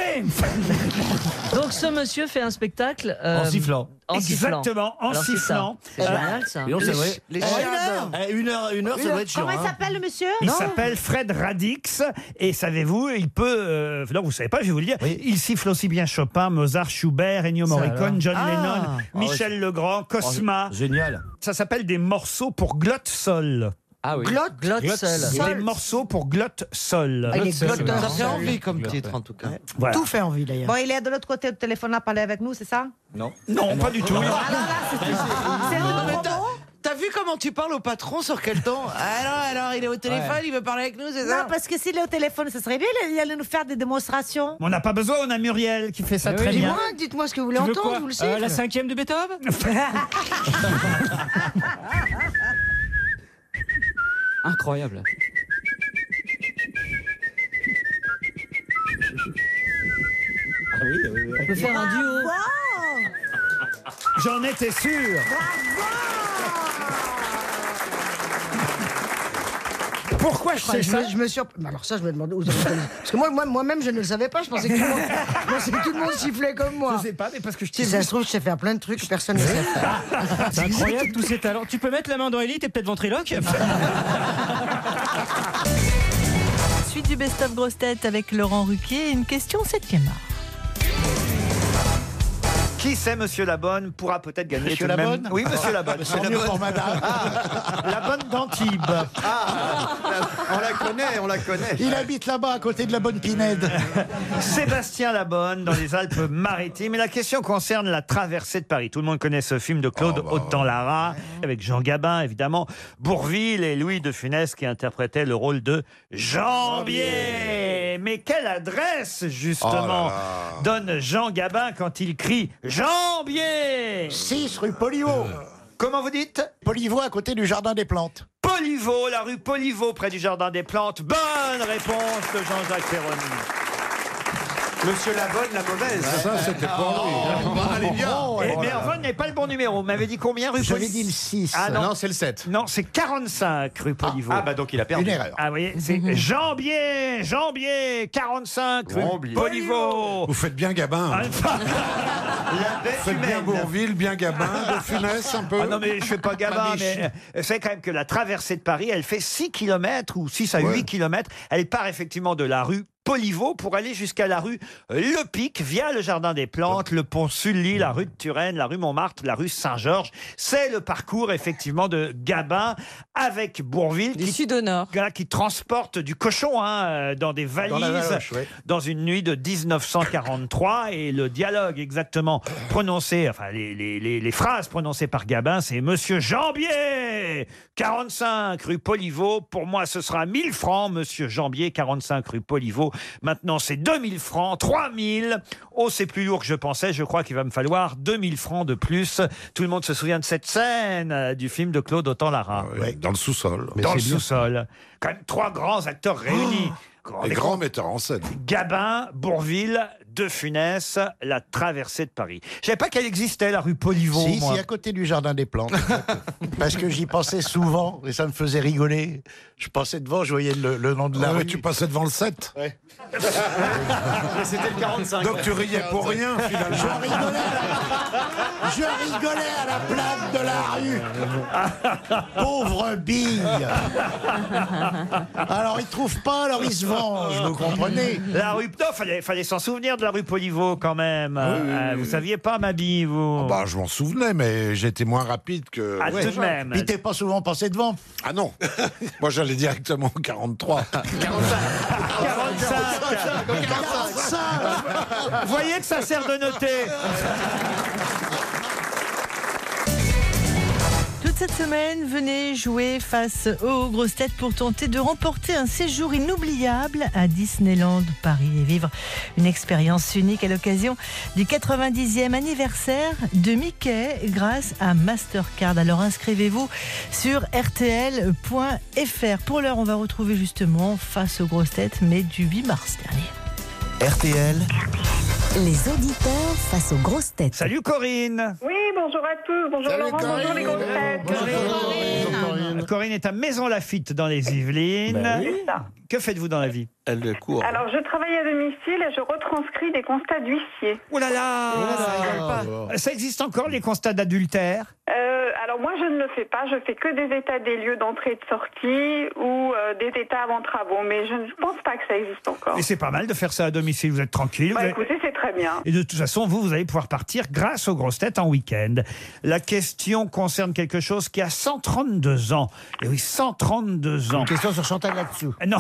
S13: Donc ce monsieur fait un spectacle euh,
S4: En sifflant.
S13: en sifflant.
S4: Exactement, en
S13: Alors, c'est ça.
S4: sifflant.
S13: C'est
S4: Euh,
S13: génial ça.
S4: et on sait, ouais.
S14: Les
S13: Ah,
S4: Oh,
S14: chiens
S4: une heure.
S14: d'or. Eh, Une heure, une heure, ça doit être chiant.
S10: Comment il
S14: hein.
S10: s'appelle le monsieur
S4: Il s'appelle Fred Radix et savez-vous, il peut. euh, non, vous savez pas, je vais vous le dire. Il siffle aussi bien Chopin, Mozart, Schubert, Ennio
S8: Ça
S4: Morricone,
S8: alors.
S4: John
S8: Ah.
S4: Lennon,
S8: Ah ouais,
S4: Michel
S8: c'est-
S4: Legrand, Cosma. génial. Ça s'appelle des morceaux pour glotte sol. Ah
S5: oui. Glotte- Glotte
S4: Glotte
S5: sol.
S4: Des
S5: sol.
S4: morceaux pour glotte sol.
S5: Ah, il est Glotte sol, glotteur. c'est marrant. Ça fait envie comme titre, en tout cas.
S4: Voilà.
S24: Tout fait envie d'ailleurs.
S10: Bon, il est de l'autre côté du téléphone à parler avec nous, c'est ça
S4: Non. Non, pas du tout.
S5: Ah,
S10: C'est
S5: Non,
S10: le
S5: mais t'as- T'as vu comment tu parles au patron sur quel
S10: <laughs>
S5: ton Alors, alors, il est au téléphone,
S10: Ouais.
S5: il veut parler avec nous, c'est
S10: Non,
S5: ça
S10: parce que s'il est au téléphone, ce serait bien, il allait nous faire des démonstrations.
S4: On n'a pas besoin, on a Muriel qui fait ça
S24: Eh
S4: très bien.
S10: dites-moi ce que vous
S4: voulez Tu veux entendre, quoi je vous le sais. Euh, la
S8: cinquième de Beethoven Incroyable.
S13: On peut faire un duo.
S4: Ah, J'en étais sûr. Pourquoi
S24: je sais ça me, je me suis... bah, Alors ça, je me demandais où ça me connaît. Parce que moi, moi- moi-même, je ne le savais pas. Je pensais que tout le monde, <laughs> je pensais que tout le monde sifflait comme moi.
S4: Je sais pas, mais parce que je
S24: Si ça se trouve, je sais faire plein de trucs que personne ne sait faire.
S8: Ah, C'est incroyable tous ces talents. Tu peux mettre la main dans Elite et peut-être ventriloque
S3: Suite du Best of Grosse Tête avec Laurent Ruquier. Une question 7 art.
S4: Qui sait, Monsieur Labonne pourra peut-être gagner.
S3: Monsieur
S4: tout de même-
S3: Labonne
S4: Oui, Monsieur Labonne. Ah.
S3: Monsieur
S4: Tant
S3: Labonne.
S4: mieux pour Madame. Labonne d'Antibes.
S1: On la connaît, on la connaît.
S4: Ah. Il habite là-bas, à côté de la bonne Pinède. Sébastien Labonne, dans les Alpes-Maritimes. Et la question concerne la traversée de Paris. Tout le monde connaît ce film de Claude Autant-Lara, avec Jean Gabin, évidemment, Bourville et Louis de Funès, qui interprétaient le rôle de Oh Jambier. Mais quelle adresse, justement,
S1: Oh
S4: donne Jean Gabin quand il crie Jambier
S1: 6 rue Poliveau.
S4: Comment vous dites
S1: Poliveau à côté du Jardin des Plantes.
S4: Poliveau, la rue Poliveau, près du Jardin des Plantes. Bonne réponse de Jean-Jacques Perroni. Monsieur Labonne, la mauvaise.
S1: Ah, Ça, c'était pas lui. Ah,
S4: allez bien.
S1: Oh,
S4: Et
S1: oh là
S4: Mervonne n'est pas le bon numéro. Eh, Vous m'avez dit combien, rue
S1: J'avais
S4: Poliveau
S1: dit le six.
S4: Ah non,
S1: Non, c'est le 7.
S4: Non, c'est 45, rue Poliveau.
S1: ah, bah donc il a perdu. Une erreur.
S4: Ah, vous voyez, c'est Jambier, Jambier, 45, rue Ah,
S1: Jambier.
S4: Poliveau.
S6: Vous faites bien Gabin.
S1: <laughs>
S4: La
S6: Vous faites bien Bourville,
S4: <laughs>
S6: bien Gabin, de Funès un peu.
S4: Ah non, mais je fais pas Gabin,
S6: Mamiche.
S4: mais euh, c'est quand même que la traversée de Paris, elle fait 6 km ou 6 à 8 km. Elle part effectivement de la rue Poliveau pour aller jusqu'à la rue euh, Le Pic via le Jardin des Plantes, le pont Sully, la rue de Turenne, la rue Montmartre, la rue Saint-Georges. C'est le parcours effectivement de Gabin avec Bourville. Du sud au nord. Qui transporte du cochon hein, euh, dans des valises
S1: Dans la valoche, ouais.
S4: dans une nuit de 1943 et le dialogue exactement prononcé, enfin les, les- les- les phrases prononcées par Gabin, c'est Monsieur Jambier, 45 rue Poliveau, pour moi ce sera 1000 francs, Monsieur Jambier, 45 rue Poliveau, maintenant c'est 2000 francs, 3000, oh c'est plus lourd que je pensais, je crois qu'il va me falloir 2000 francs de plus, tout le monde se souvient de cette scène euh, du film de Claude Autant-Lara.
S6: Dans le sous-sol.
S4: Dans le sous-sol. Quand même trois grands
S1: Oh
S4: acteurs réunis.
S6: Les
S4: Les
S6: grands metteurs en scène.
S4: Gabin, Bourville, De Funès, la traversée de Paris. Je savais pas qu'elle existait, la rue Poliveau.
S1: Si,
S4: moi.
S1: si, à côté du Jardin des Plantes. <laughs> Parce que j'y pensais souvent et ça me faisait rigoler. Je passais devant, je voyais le, le nom de la
S6: Ouais,
S1: rue.
S6: tu passais devant le 7
S1: Ouais.
S6: Donc tu riais pour rien, finalement.
S1: Je rigolais à la plate de la rue.
S4: Ah.
S1: Pauvre
S4: <laughs>
S1: bille.
S11: <laughs>
S1: Alors il trouve pas, alors il se venge, vous comprenez
S4: Ah, La rue. Non, fallait, fallait s'en souvenir de la rue Poliveau quand même.
S12: oui,
S4: Euh,
S12: oui.
S4: vous saviez pas, ma bille, vous
S12: Ah bah, je m'en souvenais, mais j'étais moins rapide que.
S4: Ah, tout de même. Puis t'es
S1: pas souvent passé devant. <laughs>
S12: Ah non. Moi, j'allais directement au 43.
S4: 45 Ah, Vous voyez que ça sert de
S1: <laughs>
S4: noter
S3: Toute cette semaine, venez jouer face aux grosses têtes pour tenter de remporter un séjour inoubliable à Disneyland Paris et vivre une expérience unique à l'occasion du 90e anniversaire de Mickey grâce à Mastercard. Alors inscrivez-vous sur rtl.fr. Pour l'heure, on va retrouver justement face aux grosses têtes, mais du 8 mars dernier.
S2: RTL.
S22: Les auditeurs face aux grosses têtes.
S4: Salut Corinne
S25: Oui, bonjour à tous. Bonjour Laurent, bonjour les grosses têtes.
S4: Corinne est à Maison Lafitte dans les Yvelines.
S25: Ben oui. C'est ça. Ah,
S4: Que faites-vous dans la vie Elle court.
S25: Alors, je travaille à domicile et je retranscris des constats d'huissier.
S4: Oh là là, Euh, Ça existe encore les constats d'adultère
S25: Euh, alors moi je ne le fais pas, je fais que des états des lieux d'entrée et de sortie ou euh, des états avant travaux, mais je ne pense pas que ça existe encore.
S4: Et c'est pas mal de faire ça à domicile, vous êtes tranquille. vous
S25: Bah,
S4: avez-
S25: écoutez, c'est très bien.
S4: Et de toute façon, vous, vous allez pouvoir partir grâce aux grosses têtes en week-end. La question concerne quelque chose qui a 132 ans. Et oui, 132 ans. Une question sur Chantal là-dessous. Non.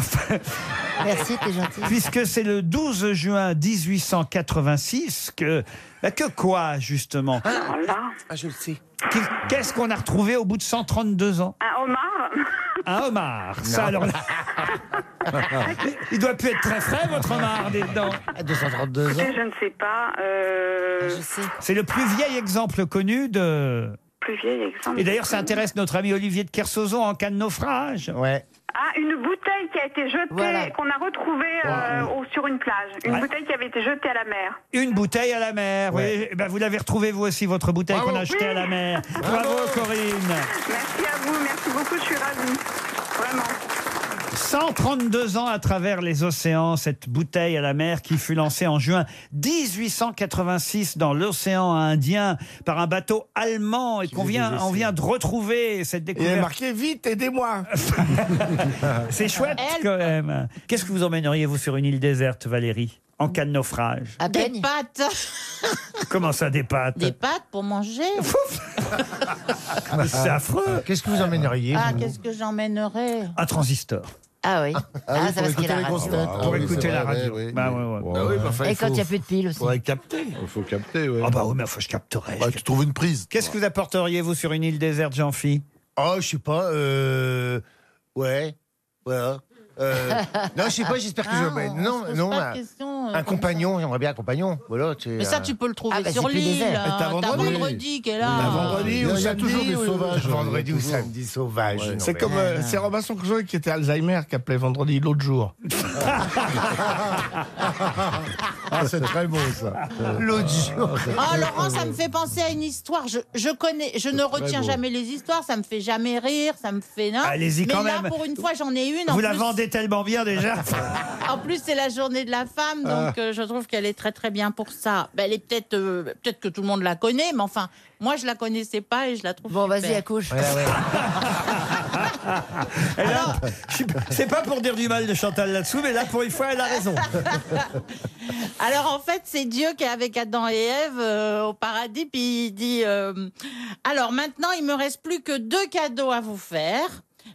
S4: <laughs>
S9: Merci, t'es gentil.
S4: Puisque c'est le 12 juin 1886 que... bah, que quoi, justement
S5: Ah, je le sais.
S4: Qu'est- Qu'est-ce qu'on a retrouvé au bout de 132 ans
S25: Un homard
S4: Un homard. Ah, Ça,
S5: Non.
S4: <laughs> alors là... Il doit plus être très frais, votre homard, dites donc.
S5: 232
S25: Écoutez, Je ne sais pas. Euh... Je sais.
S4: C'est le plus vieil exemple connu de...
S25: Plus vieil exemple.
S4: Et d'ailleurs, ça intéresse notre ami Olivier de Kersauzon en cas de naufrage. Ouais.
S25: Ah, une bouteille qui a été jetée, qu'on a retrouvée euh, au- sur une plage. Une bouteille qui avait été jetée à la mer.
S4: Une bouteille à la mer. oui. Eh ben, vous l'avez retrouvée, vous aussi, votre bouteille qu'on a achetée à la mer. Bravo, Corinne.
S25: Merci à vous, merci beaucoup, je suis ravie. Vraiment.
S4: 132 ans à travers les océans, cette bouteille à la mer qui fut lancée en juin 1886 dans l'océan Indien par un bateau allemand et qu'on vient, on vient de retrouver cette
S15: Il est
S4: découverte.
S15: marqué vite, aidez-moi.
S4: C'est chouette quand même. Qu'est-ce que vous emmèneriez vous sur une île déserte, Valérie, en cas de naufrage
S9: Des pâtes.
S4: Comment ça, des pâtes
S15: Euh.
S9: Des pâtes pour manger.
S4: Mais C'est affreux. Euh, Qu'est-ce que vous emmèneriez
S9: ah, qu'est-ce que j'emmènerais
S4: Un transistor.
S9: Ah oui. Ah, ça parce qu'il a raison.
S4: Pour écouter la radio. Bah ouais, ouais.
S10: Ah
S9: Et quand il n'y a plus de piles aussi.
S4: capter. Il faut capter, Ah bah oui, mais faut que je capterai. tu trouves une prise. Qu'est-ce que vous apporteriez, vous, sur une île déserte, Jean-Phi
S10: Ah,
S15: Oh, je sais pas. Euh... Ouais. Voilà. Euh,
S9: <laughs>
S15: non, je sais pas, j'espère que
S9: Ah,
S15: je. mais
S9: on
S15: non,
S9: se pose
S15: non.
S9: pas de
S15: un-
S9: questions, euh,
S15: un
S9: comme
S15: compagnon, j'aimerais bien un compagnon. Voilà, tu,
S9: Mais ça, tu peux le trouver
S15: Ah, bah,
S9: sur
S15: c'est plus
S9: l'île.
S15: désert.
S9: hein,
S15: Mais t'as
S9: T'as
S15: vendredi.
S9: vendredi qui est là.
S15: Un vendredi
S9: Il y
S15: ou
S9: a
S15: samedi
S9: toujours des
S15: ou-
S9: sauvages,
S15: Vendredi
S9: euh,
S15: ou
S9: toujours.
S15: samedi sauvage.
S9: Ouais.
S15: non,
S9: C'est
S15: mais-
S9: comme, euh, c'est
S15: Robinson Crusoe qui était Alzheimer qui appelait vendredi l'autre jour.
S12: Ah, c'est
S4: <laughs>
S12: très beau, ça.
S15: L'autre jour.
S9: Ah Laurent, ça me fait penser à une histoire. Je, je connais, je ne retiens
S4: beau.
S9: jamais les histoires, ça me fait jamais rire, ça me fait non.
S4: Allez-y
S9: Mais
S4: quand
S9: là,
S4: même.
S9: pour une fois, j'en ai une. en
S4: Vous la
S9: plus-
S4: vendez tellement bien <laughs> déjà.
S9: En plus, c'est la journée de la femme, donc
S4: Ah.
S9: euh, je trouve qu'elle est très très bien pour ça. Ben, elle est peut-être, euh, peut-être que tout le monde la connaît, mais enfin, moi je la connaissais pas et je la trouve. Bon, vas-y, accouche.
S4: <laughs> Elle a- je sais pas- C'est pas pour dire du mal de Chantal là-dessous, mais là, pour une fois, elle a <laughs> raison.
S9: Alors en fait, c'est Dieu qui est avec Adam et Ève euh, au paradis, puis il dit euh, Alors maintenant, il me reste plus que deux cadeaux à vous faire.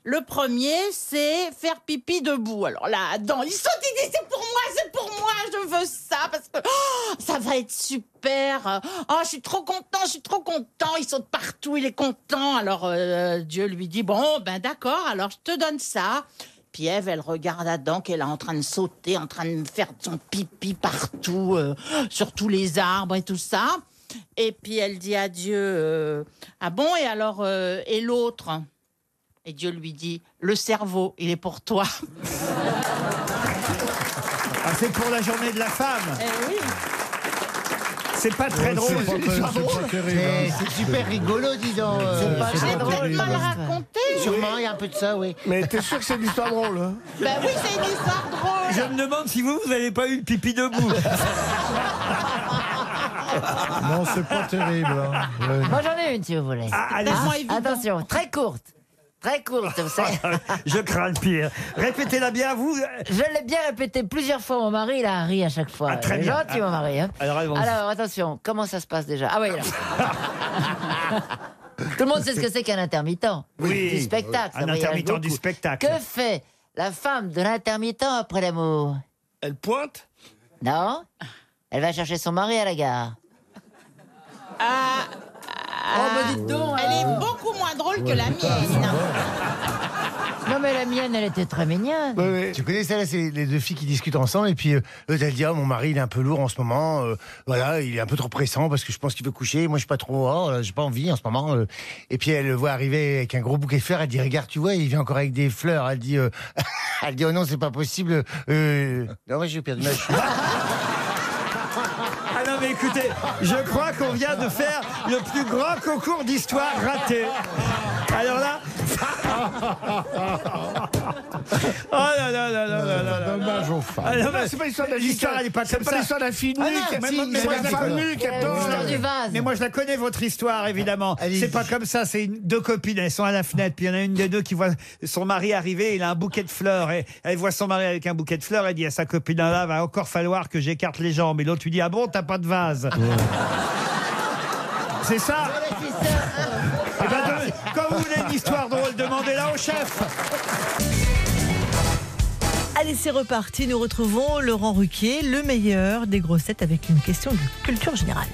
S9: Le premier, c'est faire pipi debout. Alors là, Adam, il saute, il dit C'est pour moi, c'est pour moi, je veux ça, parce que oh, ça va être super. Oh, je suis trop content, je suis trop content. Il saute partout, il est content. Alors euh, Dieu lui dit Bon, ben d'accord, alors je te donne ça. Puis Ève, elle regarde Adam qu'elle est en train de sauter, en train de faire son pipi partout, euh, sur tous les arbres et tout ça. Et puis elle dit à Dieu, euh, ah bon, et alors, euh, et l'autre Et Dieu lui dit, le cerveau, il est pour toi.
S4: Ah, c'est pour la journée de la femme. C'est pas très
S15: Ouais,
S4: drôle.
S15: c'est pas- c'est pas terrible, hein. Mais c'est super
S4: rigolo, dis donc.
S15: euh, C'est pas- c'est pas drôle.
S9: Mal raconté
S15: Sûrement, il y a un peu de ça, oui. Mais t'es sûr que c'est une histoire drôle hein
S9: Ben oui, c'est une histoire drôle
S4: Je me demande si vous, vous n'avez pas eu le pipi debout.
S6: Non, c'est pas terrible. hein. Ouais.
S17: Moi j'en ai une si vous voulez.
S6: allez-y.
S17: Ah, attention, très courte. Très courte, vous savez.
S4: <laughs> Je crains le pire. Répétez-la bien, vous.
S17: Je l'ai bien répété plusieurs fois, mon mari, il a ri à chaque fois.
S4: très
S17: Il est
S4: bien.
S17: gentil,
S4: Ah.
S17: mon mari. hein.
S4: Alors, allons-y.
S17: attention, comment ça se passe déjà Ah oui, là.
S4: <laughs>
S17: Tout le monde sait ce que c'est qu'un intermittent
S4: Oui.
S17: du spectacle. ça
S4: Un
S17: voyage
S4: intermittent du
S17: beaucoup.
S4: spectacle.
S17: Que fait la femme de l'intermittent après l'amour Elle pointe Non. Elle va chercher son mari à la gare.
S9: Elle est beaucoup moins drôle que la mienne.
S17: Non, mais la mienne, elle était très mignonne.
S18: Tu connais ça, là, c'est les deux filles qui discutent ensemble et puis euh, l'autre elle dit ah mon mari il est un peu lourd en ce moment, euh, voilà il est un peu trop pressant parce que je pense qu'il veut coucher, moi je suis pas trop, oh, euh, j'ai pas envie en ce moment. euh. Et puis elle le voit arriver avec un gros bouquet de fleurs, elle dit regarde tu vois il vient encore avec des fleurs, elle dit euh, <laughs> elle dit oh non c'est pas possible, euh, non ouais j'ai perdu ma cheville.
S4: <laughs> Ah non, mais écoutez, je crois qu'on vient de faire le plus grand concours d'histoire raté.
S15: <laughs>
S4: Alors là. Oh
S10: Ah,
S4: là là là là là là là.
S6: Dommage aux femmes.
S4: Ah non, mais
S6: Non, c'est pas l'histoire de la
S4: l'histoire, elle est pas
S6: C'est
S4: comme
S6: pas
S4: ça.
S6: l'histoire de la fille nue
S4: Ah non,
S6: qui-
S4: mais-
S6: si,
S4: mais
S6: c'est
S4: moi,
S6: la
S4: je la
S6: femme
S4: connais.
S6: nue qui
S9: Euh,
S6: attend. L'histoire du vase.
S4: Mais moi, je la connais, votre histoire, évidemment. C'est pas comme ça. C'est une- deux copines, elles sont à la fenêtre. Puis il y en a une des deux qui voit son mari arriver. Il a un bouquet de fleurs. Et elle voit son mari avec un bouquet de fleurs. Elle dit à sa copine Ah là, va encore falloir que j'écarte les jambes. Et l'autre lui dit, ah bon, t'as pas de vase. C'est ça Eh ben, de- Quand vous voulez une histoire drôle, demandez-la au chef
S3: Allez, c'est reparti. Nous retrouvons Laurent Ruquier, le meilleur des grossettes, avec une question de culture générale.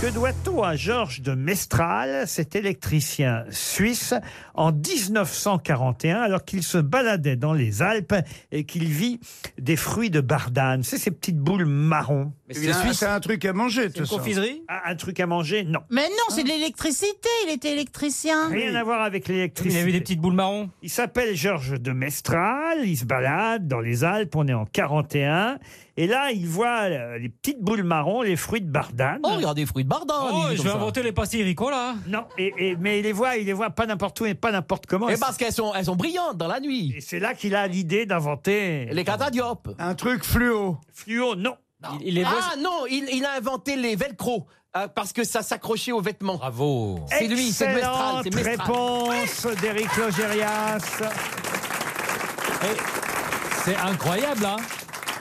S4: Que doit-on à Georges de Mestral, cet électricien suisse, en 1941, alors qu'il se baladait dans les Alpes et qu'il vit des fruits de bardane C'est ces petites boules marron.
S6: Mais c'est Évidemment, suisse. c'est un truc à manger, tout une ça. confiserie
S4: Ah, Un truc à manger, non.
S9: Mais non, c'est de l'électricité. Il était électricien.
S4: Rien à voir avec l'électricité.
S8: Il avait des petites
S4: boules marron. Il s'appelle Georges de Mestral, il se balade dans les Alpes, on est en 41. Et là, il voit euh, les petites boules marron, les fruits de bardane. Oh, il y a des fruits de bardane.
S8: <laughs> Oh, il dit je vais comme ça. inventer
S4: les pastilles Ricola. Non, et, et- mais il les voit, il les voit pas n'importe où et pas n'importe comment.
S19: Et Eh ben, parce qu'elles sont, elles sont brillantes dans la nuit.
S4: Et c'est là qu'il a l'idée d'inventer.
S19: Les catadiopes.
S6: Un truc fluo.
S4: Fluo, non.
S19: Il, ah non, il, il a inventé les velcro.
S4: Ah,
S19: euh, parce que ça s'accrochait aux vêtements. Bravo. C'est lui, c'est Mestral. c'est
S4: Excellente
S19: Mestral.
S4: réponse d'Éric Logérias.
S20: C'est incroyable, hein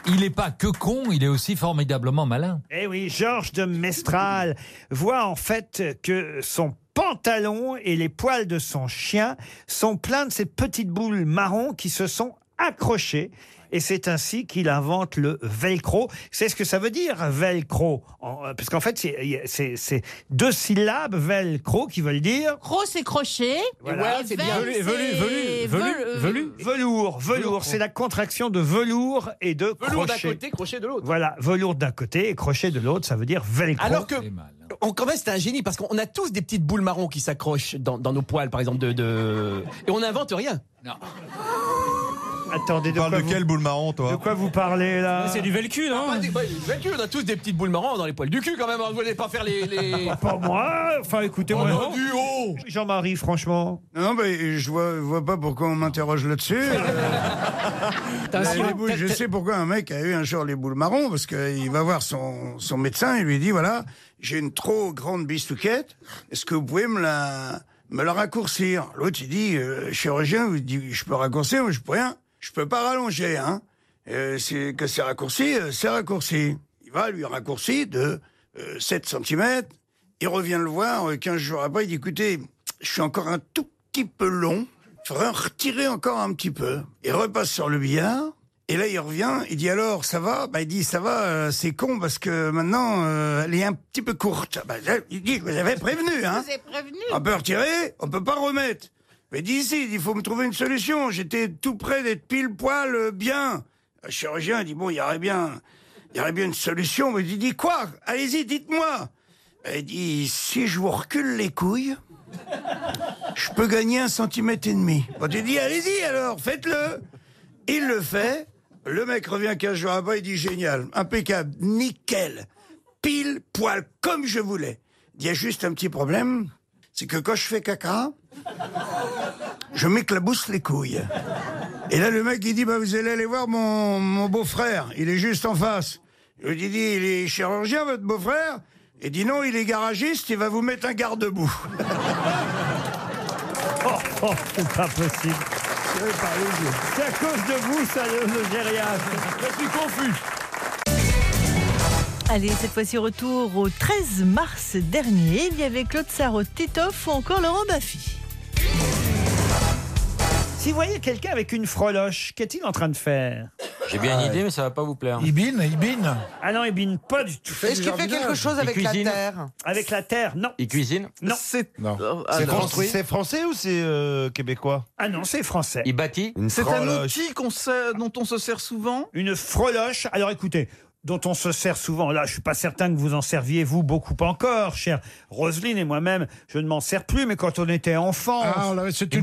S20: Il est pas que con, il est aussi formidablement malin.
S4: Eh oui, Georges de Mestral voit en fait que son pantalon et les poils de son chien sont pleins de ces petites boules marron qui se sont accrochées. Et c'est ainsi qu'il invente le velcro. C'est ce que ça veut dire, velcro. En- euh, Parce qu'en fait, c'est- c'est c'est deux syllabes, velcro, qui veulent dire...
S9: Cro, c'est crochet.
S4: Voilà.
S9: Et vert, c'est velu-
S4: Velours, velours, c'est la contraction de velours et de
S19: Velours d'un
S4: crochet.
S19: côté, crochet de l'autre.
S4: Voilà, velours d'un côté et crochet de l'autre, ça veut dire velcro.
S19: Alors que, on, quand même, c'est un génie parce qu'on a tous des petites boules marron qui s'accrochent dans, dans nos poils, par exemple, de, de- et on n'invente rien.
S4: Attendez, de quoi vous-
S21: boule marron, toi
S4: De quoi vous parlez là
S7: Ah,
S19: velcu, non
S7: hein.
S19: du bah, du velcu, on a tous des petites boules marron dans les poils du cul quand même. hein. Vous voulez pas faire les. les...
S4: Ah, Pas moi. Enfin, écoutez,
S19: Oh,
S4: moi.
S19: non, du haut.
S4: Jean-Marie, franchement.
S6: Non, mais je vois, vois pas pourquoi on
S4: <laughs>
S6: m'interroge là-dessus. Euh,
S4: T'as un
S6: mais
S4: silence.
S6: les boules, je sais pourquoi un mec a eu un jour les boules marron, parce qu'il va voir son, son médecin, il lui dit voilà, j'ai une trop grande bistouquette, est-ce que vous pouvez me la, me la raccourcir L'autre, il dit euh, chirurgien, il dit je peux raccourcir, mais je peux rien, je peux pas rallonger, hein. Euh, c'est que c'est raccourci, euh, c'est raccourci. Il va lui raccourci de euh, 7 cm. Il revient le voir euh, 15 jours après. Il dit écoutez, je suis encore un tout petit peu long. Il faudrait en retirer encore un petit peu. Il repasse sur le billard. Et là, il revient. Il dit alors, ça va bah, Il dit ça va, euh, c'est con parce que maintenant, euh, elle est un petit peu courte. Bah, là, il dit je vous avais prévenu. Hein.
S9: Je vous ai prévenu.
S6: On peut retirer, on peut pas remettre. Mais dis ici, il faut me trouver une solution. J'étais tout près d'être pile poil euh, bien. Le chirurgien dit bon, il y aurait bien, il y aurait bien une solution. Mais il dit quoi Allez-y, dites-moi. Il dit si je vous recule les couilles, je peux gagner un centimètre et demi. Bon, tu dis allez-y alors, faites-le. Il le fait. Le mec revient 15 jours après, il dit génial, impeccable, nickel, pile poil comme je voulais. Il y a juste un petit problème, c'est que quand je fais caca, je m'éclabousse les couilles. Et là, le mec, il dit, bah, vous allez aller voir mon, mon beau-frère. Il est juste en face. Je lui dis, dis, il est chirurgien, votre beau-frère Il dit non, il est garagiste, il va vous mettre un garde-boue.
S4: <laughs> Oh, oh, c'est pas possible. C'est à cause de vous, ça, le, le gériatre. Je suis confus.
S3: Allez, cette fois-ci, retour au 13 mars dernier. Il y avait Claude Sarraud, Titoff ou encore Laurent
S9: <laughs>
S3: Baffy.
S4: Si vous voyez quelqu'un avec une freloche, qu'est-il en train de faire
S7: J'ai bien une idée, mais ça va pas vous plaire.
S4: bine, il bine. Ah non, il bine pas du tout.
S5: Est-ce qu'il fait quelque chose avec la terre
S4: Avec la terre, non.
S7: Il cuisine
S4: Non.
S11: Non.
S4: ah,
S11: C'est
S4: non.
S11: français,
S4: Construit.
S11: c'est français ou c'est euh, québécois
S4: Ah non, c'est français.
S7: Il bâtit
S11: C'est un outil.
S4: qu'on dont on se sert souvent Une freloche. Alors écoutez, dont on se sert souvent. Là, je suis pas certain que vous en serviez, vous, beaucoup encore, chère Roselyne et moi-même. Je ne m'en sers plus, mais quand on était enfant.
S12: Ah, on l'avait- c'est une-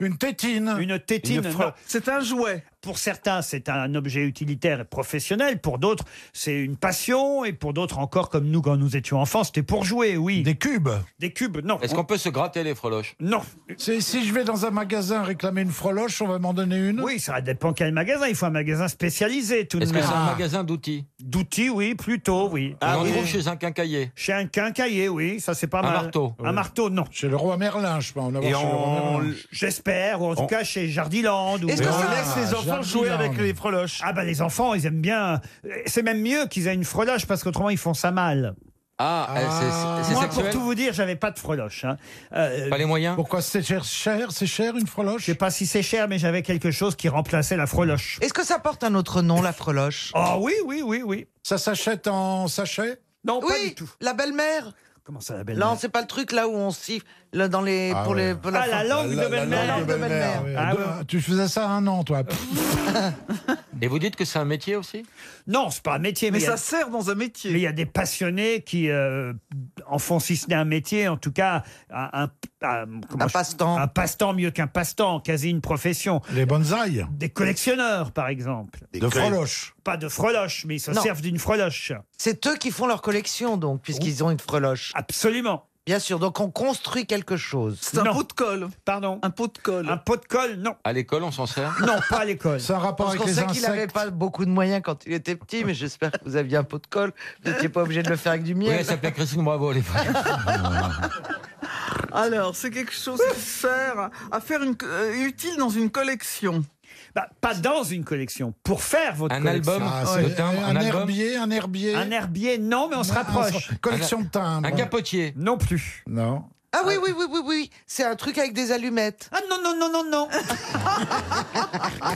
S4: Une tétine. Une tétine.
S12: Une fre-
S4: C'est un jouet. Pour certains, c'est un objet utilitaire et professionnel. Pour d'autres, c'est une passion. Et pour d'autres encore, comme nous, quand nous étions enfants, c'était pour jouer, oui. Des cubes Des cubes, non.
S7: Est-ce qu'on peut se gratter les freloches
S4: Non.
S12: Si, si je vais dans un magasin réclamer une freloche, on va m'en donner une
S4: Oui, ça dépend quel magasin. Il faut un magasin spécialisé, tout de
S7: Est-ce
S4: même. Ah.
S7: que c'est un magasin d'outils
S4: D'outils, oui, plutôt, oui.
S7: Ah, on trouve chez un quincaillier.
S4: Chez un quincaillier, oui, ça c'est pas
S7: Un
S4: mal.
S7: marteau.
S4: Un marteau, non. Chez le roi Merlin, je pense.
S12: avoir Et chez le roi on- Merlin.
S4: J'espère, ou en tout
S12: On-
S4: cas chez Jardiland. ou-
S11: Est-ce que Mais ça on laisse les enfants Jardiland. jouer avec les
S4: freloches Ah bah les enfants, ils aiment bien. C'est même mieux qu'ils aient une freloche parce qu'autrement ils font ça mal.
S7: Ah, euh, c'est- c'est
S4: Moi,
S7: sexuel
S4: pour tout vous dire, j'avais pas de freloche. hein. Euh,
S7: Pas les moyens
S12: Pourquoi c'est cher, cher C'est cher une freloche
S4: Je sais pas si c'est cher, mais j'avais quelque chose qui remplaçait la freloche.
S5: Est-ce que ça porte un autre nom, la freloche
S4: Ah oui, oui, oui, oui.
S12: Ça s'achète en sachet
S4: Non,
S5: oui, La belle-mère
S4: Comment ça, la
S5: Non, c'est pas le truc là où on siffle là, dans les,
S12: Ah
S5: pour
S12: ouais.
S5: les. pour la
S12: Ah,
S5: fin-
S12: la langue La- de la belle-mère.
S5: La langue de belle-mère.
S12: Ah, deux- Tu faisais ça un an, toi.
S7: Et vous dites que c'est un métier aussi
S4: Ah. Non, c'est pas un métier.
S7: Mais ça
S4: sert dans un métier. Mais il y a des passionnés qui euh, en font, si ce n'est un métier, en tout cas, un, un- un- comment je- Un passe-temps mieux qu'un passe-temps, quasi une profession.
S12: Les bonsaïs
S4: Des collectionneurs, par exemple.
S12: De freloches.
S4: Pas de freloches, mais ils se
S5: Non.
S4: servent d'une freloche. Oh.
S5: C'est eux qui font leur collection, donc, puisqu'ils ont une freloche.
S4: Absolument.
S5: Bien sûr, donc on construit quelque chose.
S4: Non. Pardon Un pot de colle. Un pot de colle, non.
S7: À l'école, on s'en sert
S4: Non, pas à l'école.
S12: C'est un rapport
S5: Parce qu'on sait qu'il n'avait pas beaucoup de moyens quand il était petit, mais j'espère que vous aviez un pot de colle. Vous n'étiez pas obligé de le faire avec du
S7: Oui,
S5: miel.
S7: elle s'appelait Christine Bravo à l'époque.
S21: Alors, c'est quelque chose qui sert à faire une, euh, utile dans une collection.
S4: Bah, pas dans une collection, pour faire votre
S7: Un
S4: collection.
S7: album Ah, c'est- de timbres, un un album
S12: herbier, un herbier
S4: Un herbier, non, mais on se
S12: Un- un-
S4: rapproche.
S12: collection de timbres. Un
S7: capotier
S4: Non plus.
S12: Non.
S5: Ah oui, oui, oui, oui, oui. C'est un truc avec des allumettes.
S4: Ah non, non, non, non, non.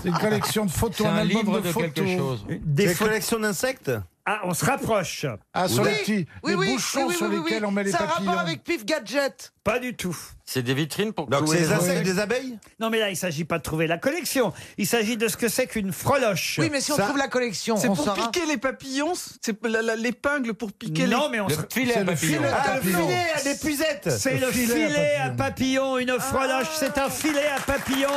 S12: C'est une collection de photos,
S7: C'est
S12: un,
S7: un
S12: album
S7: livre
S12: de,
S7: de
S12: photos.
S7: quelque chose.
S4: Des photos-
S12: d'insectes
S4: Ah, on se rapproche.
S12: Ah, sur
S5: Oui,
S12: les petits,
S5: oui,
S12: les
S5: oui,
S12: bouchons
S5: oui, oui,
S12: sur
S5: oui, oui.
S12: lesquels on met les
S5: C'est un
S12: papillons.
S5: rapport avec Pif Gadget.
S4: Pas du tout.
S7: C'est des vitrines pour
S4: Donc,
S7: clouer
S4: c'est des
S7: les-
S4: insectes, des
S5: abeilles
S4: Non, mais là, il ne s'agit pas de trouver la collection. Il s'agit de ce que c'est qu'une freloche.
S21: Oui, mais si on Ça- trouve la
S5: collection,
S21: C'est pour piquer les papillons, c'est la- la- l'épingle pour piquer
S4: Non,
S21: les...
S4: mais on se-
S21: Ah, le filet à des
S4: puisettes. C'est le,
S21: Le
S4: filet,
S21: filet à
S4: à papillons. Une freloche, c'est un filet à papillons.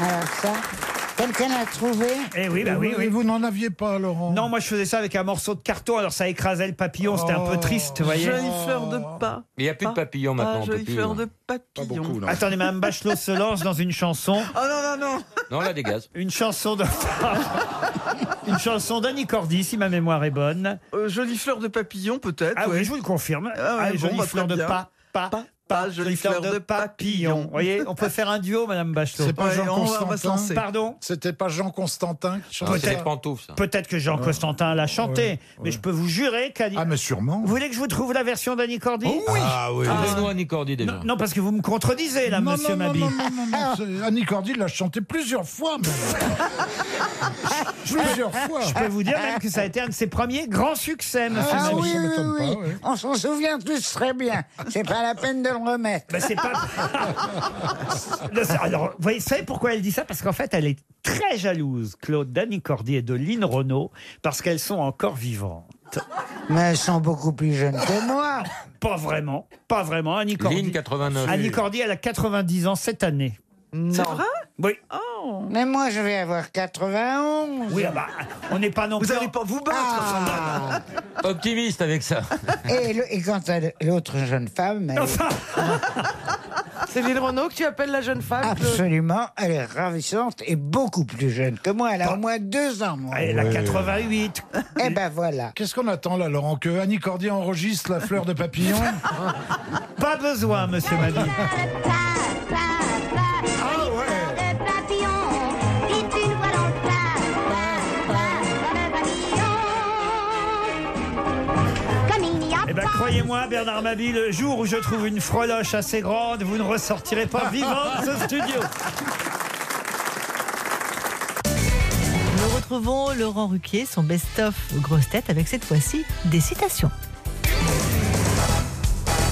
S17: Alors ça, quelqu'un l'a trouvé
S4: Eh oui, bah oui, oui.
S12: Et vous n'en aviez pas, Laurent
S4: Non, moi, je faisais ça avec un morceau de carton. Alors, ça écrasait le papillon. C'était un
S8: Oh.
S4: peu triste, vous voyez.
S21: Jolie Oh. fleur de pas.
S7: Oh. Il n'y a plus de papillons maintenant.
S21: Ah,
S7: on peut
S21: jolie
S7: plus,
S21: fleur
S7: hein.
S21: de papillon.
S4: Attendez, Madame Bachelot se lance dans une chanson.
S21: <laughs> Oh non, non, non
S7: Non, là, des gaz.
S4: Une chanson de... <laughs> Une chanson d'Annie Cordy, si ma mémoire est bonne.
S21: Euh, jolie fleur de papillon, peut-être.
S4: Ah
S21: ouais.
S4: oui, je vous le confirme.
S21: Ah ouais,
S4: Ah,
S21: bon,
S4: jolie
S21: bah, très
S4: fleur de
S21: bien.
S4: pas, pas, pas, jolie, fleur, de, papillon. Vous voyez, on peut faire un duo, Madame Bachelot.
S12: C'est pas Jean Constantin
S4: Pardon
S12: C'était pas Jean Constantin qui chantait
S4: Peut-être-
S12: ça
S4: Peut-être que Jean
S12: Ouais.
S4: Constantin l'a chanté, mais je peux vous jurer qu'Annie. Ah,
S12: mais sûrement.
S4: Vous voulez que je vous trouve la version d'Annie Cordy
S12: oui. Ah oui.
S7: Trouvez-nous un Nicordi déjà.
S4: Non, parce que vous me contredisez, là,
S12: non,
S4: monsieur
S12: non, non,
S4: Mabi.
S12: non, non, non, non, c'est- Annie Cordy l'a chanté plusieurs fois.
S4: <laughs>
S12: mais- plusieurs fois.
S4: Je peux vous dire même que ça a été un de ses premiers grands succès, monsieur
S16: Ah
S4: Mabi.
S16: oui, oui, oui, on s'en souvient tous très bien. C'est pas la peine de le
S4: <laughs>
S16: remettre.
S4: Ben,
S21: <laughs>
S4: c'est pas. Non, c'est- Alors, vous voyez, vous savez pourquoi elle dit ça Parce qu'en fait, elle est très jalouse, Claude, d'Annie Cordy et de Lynn Renault, parce qu'elles sont encore vivantes.
S16: Mais elles sont beaucoup plus jeunes que moi.
S4: Pas vraiment, pas vraiment. Annie Cordy.
S7: Lynn, 89.
S4: Annie Cordy, elle a 90 ans cette année. C'est vrai Oh. Oui.
S16: Mais moi, je vais avoir 91.
S4: Oui, ah bah, on n'est pas non plus. Vous n'allez
S21: pas vous
S16: battre, Ah.
S12: Ah,
S7: Optimiste avec ça.
S16: Et, le- et quant à l'autre jeune femme, elle, Céline Renaud, que tu appelles la jeune femme Absolument, elle est ravissante et beaucoup plus jeune que moi. Elle a au moins deux ans, moi.
S4: Elle a Ouais. 88.
S16: Eh ben voilà.
S12: Qu'est-ce qu'on attend là, Laurent Que Annie Cordier enregistre la fleur de papillon
S4: <laughs> Pas besoin, monsieur Madi. Ah,
S10: Eh
S4: Eh ben, croyez-moi, Bernard Mabille, le jour où je trouve une freloche assez grande, vous ne ressortirez pas vivant de ce studio.
S3: Nous retrouvons Laurent Ruquier, son best-of grosse tête, avec cette fois-ci des citations.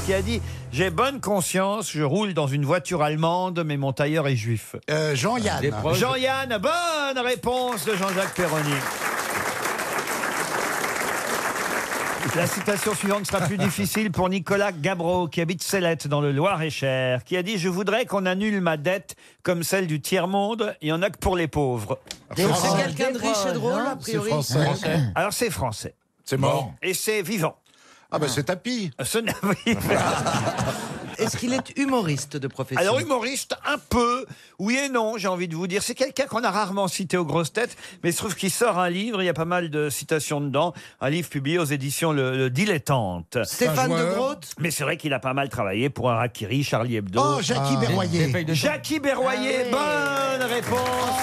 S4: Qui a dit J'ai bonne conscience, je roule dans une voiture allemande, mais mon tailleur est juif.
S5: Euh,
S1: Jean-Yann. Des proches.
S4: Jean-Yann, bonne réponse de Jean-Jacques Perroni. La citation suivante sera plus difficile pour Nicolas Gabreau, qui habite Célette, dans le Loir-et-Cher, qui a dit Je voudrais qu'on annule ma dette comme celle du tiers-monde, il n'y en a que pour les pauvres.
S5: Des Français. C'est quelqu'un de riche et drôle, a priori. C'est français.
S4: <laughs> Alors c'est français.
S12: C'est mort.
S4: Et c'est vivant. Euh,
S12: Ah ben c'est tapis.
S4: Ce n'est- oui.
S5: <laughs> Est-ce qu'il est humoriste de profession
S4: Alors humoriste, un peu, oui et non, j'ai envie de vous dire. C'est quelqu'un qu'on a rarement cité aux grosses têtes, mais il se trouve qu'il sort un livre, il y a pas mal de citations dedans, un livre publié aux éditions Le, Le Dilettante.
S5: Stéphane Un joueur. de Groot
S4: Mais c'est vrai qu'il a pas mal travaillé pour Harakiri, Charlie Hebdo.
S1: Oh, Jackie Ah. Berroyer. Des- des feuilles de temps.
S4: Jackie Berroyer,
S5: Ah
S4: bonne réponse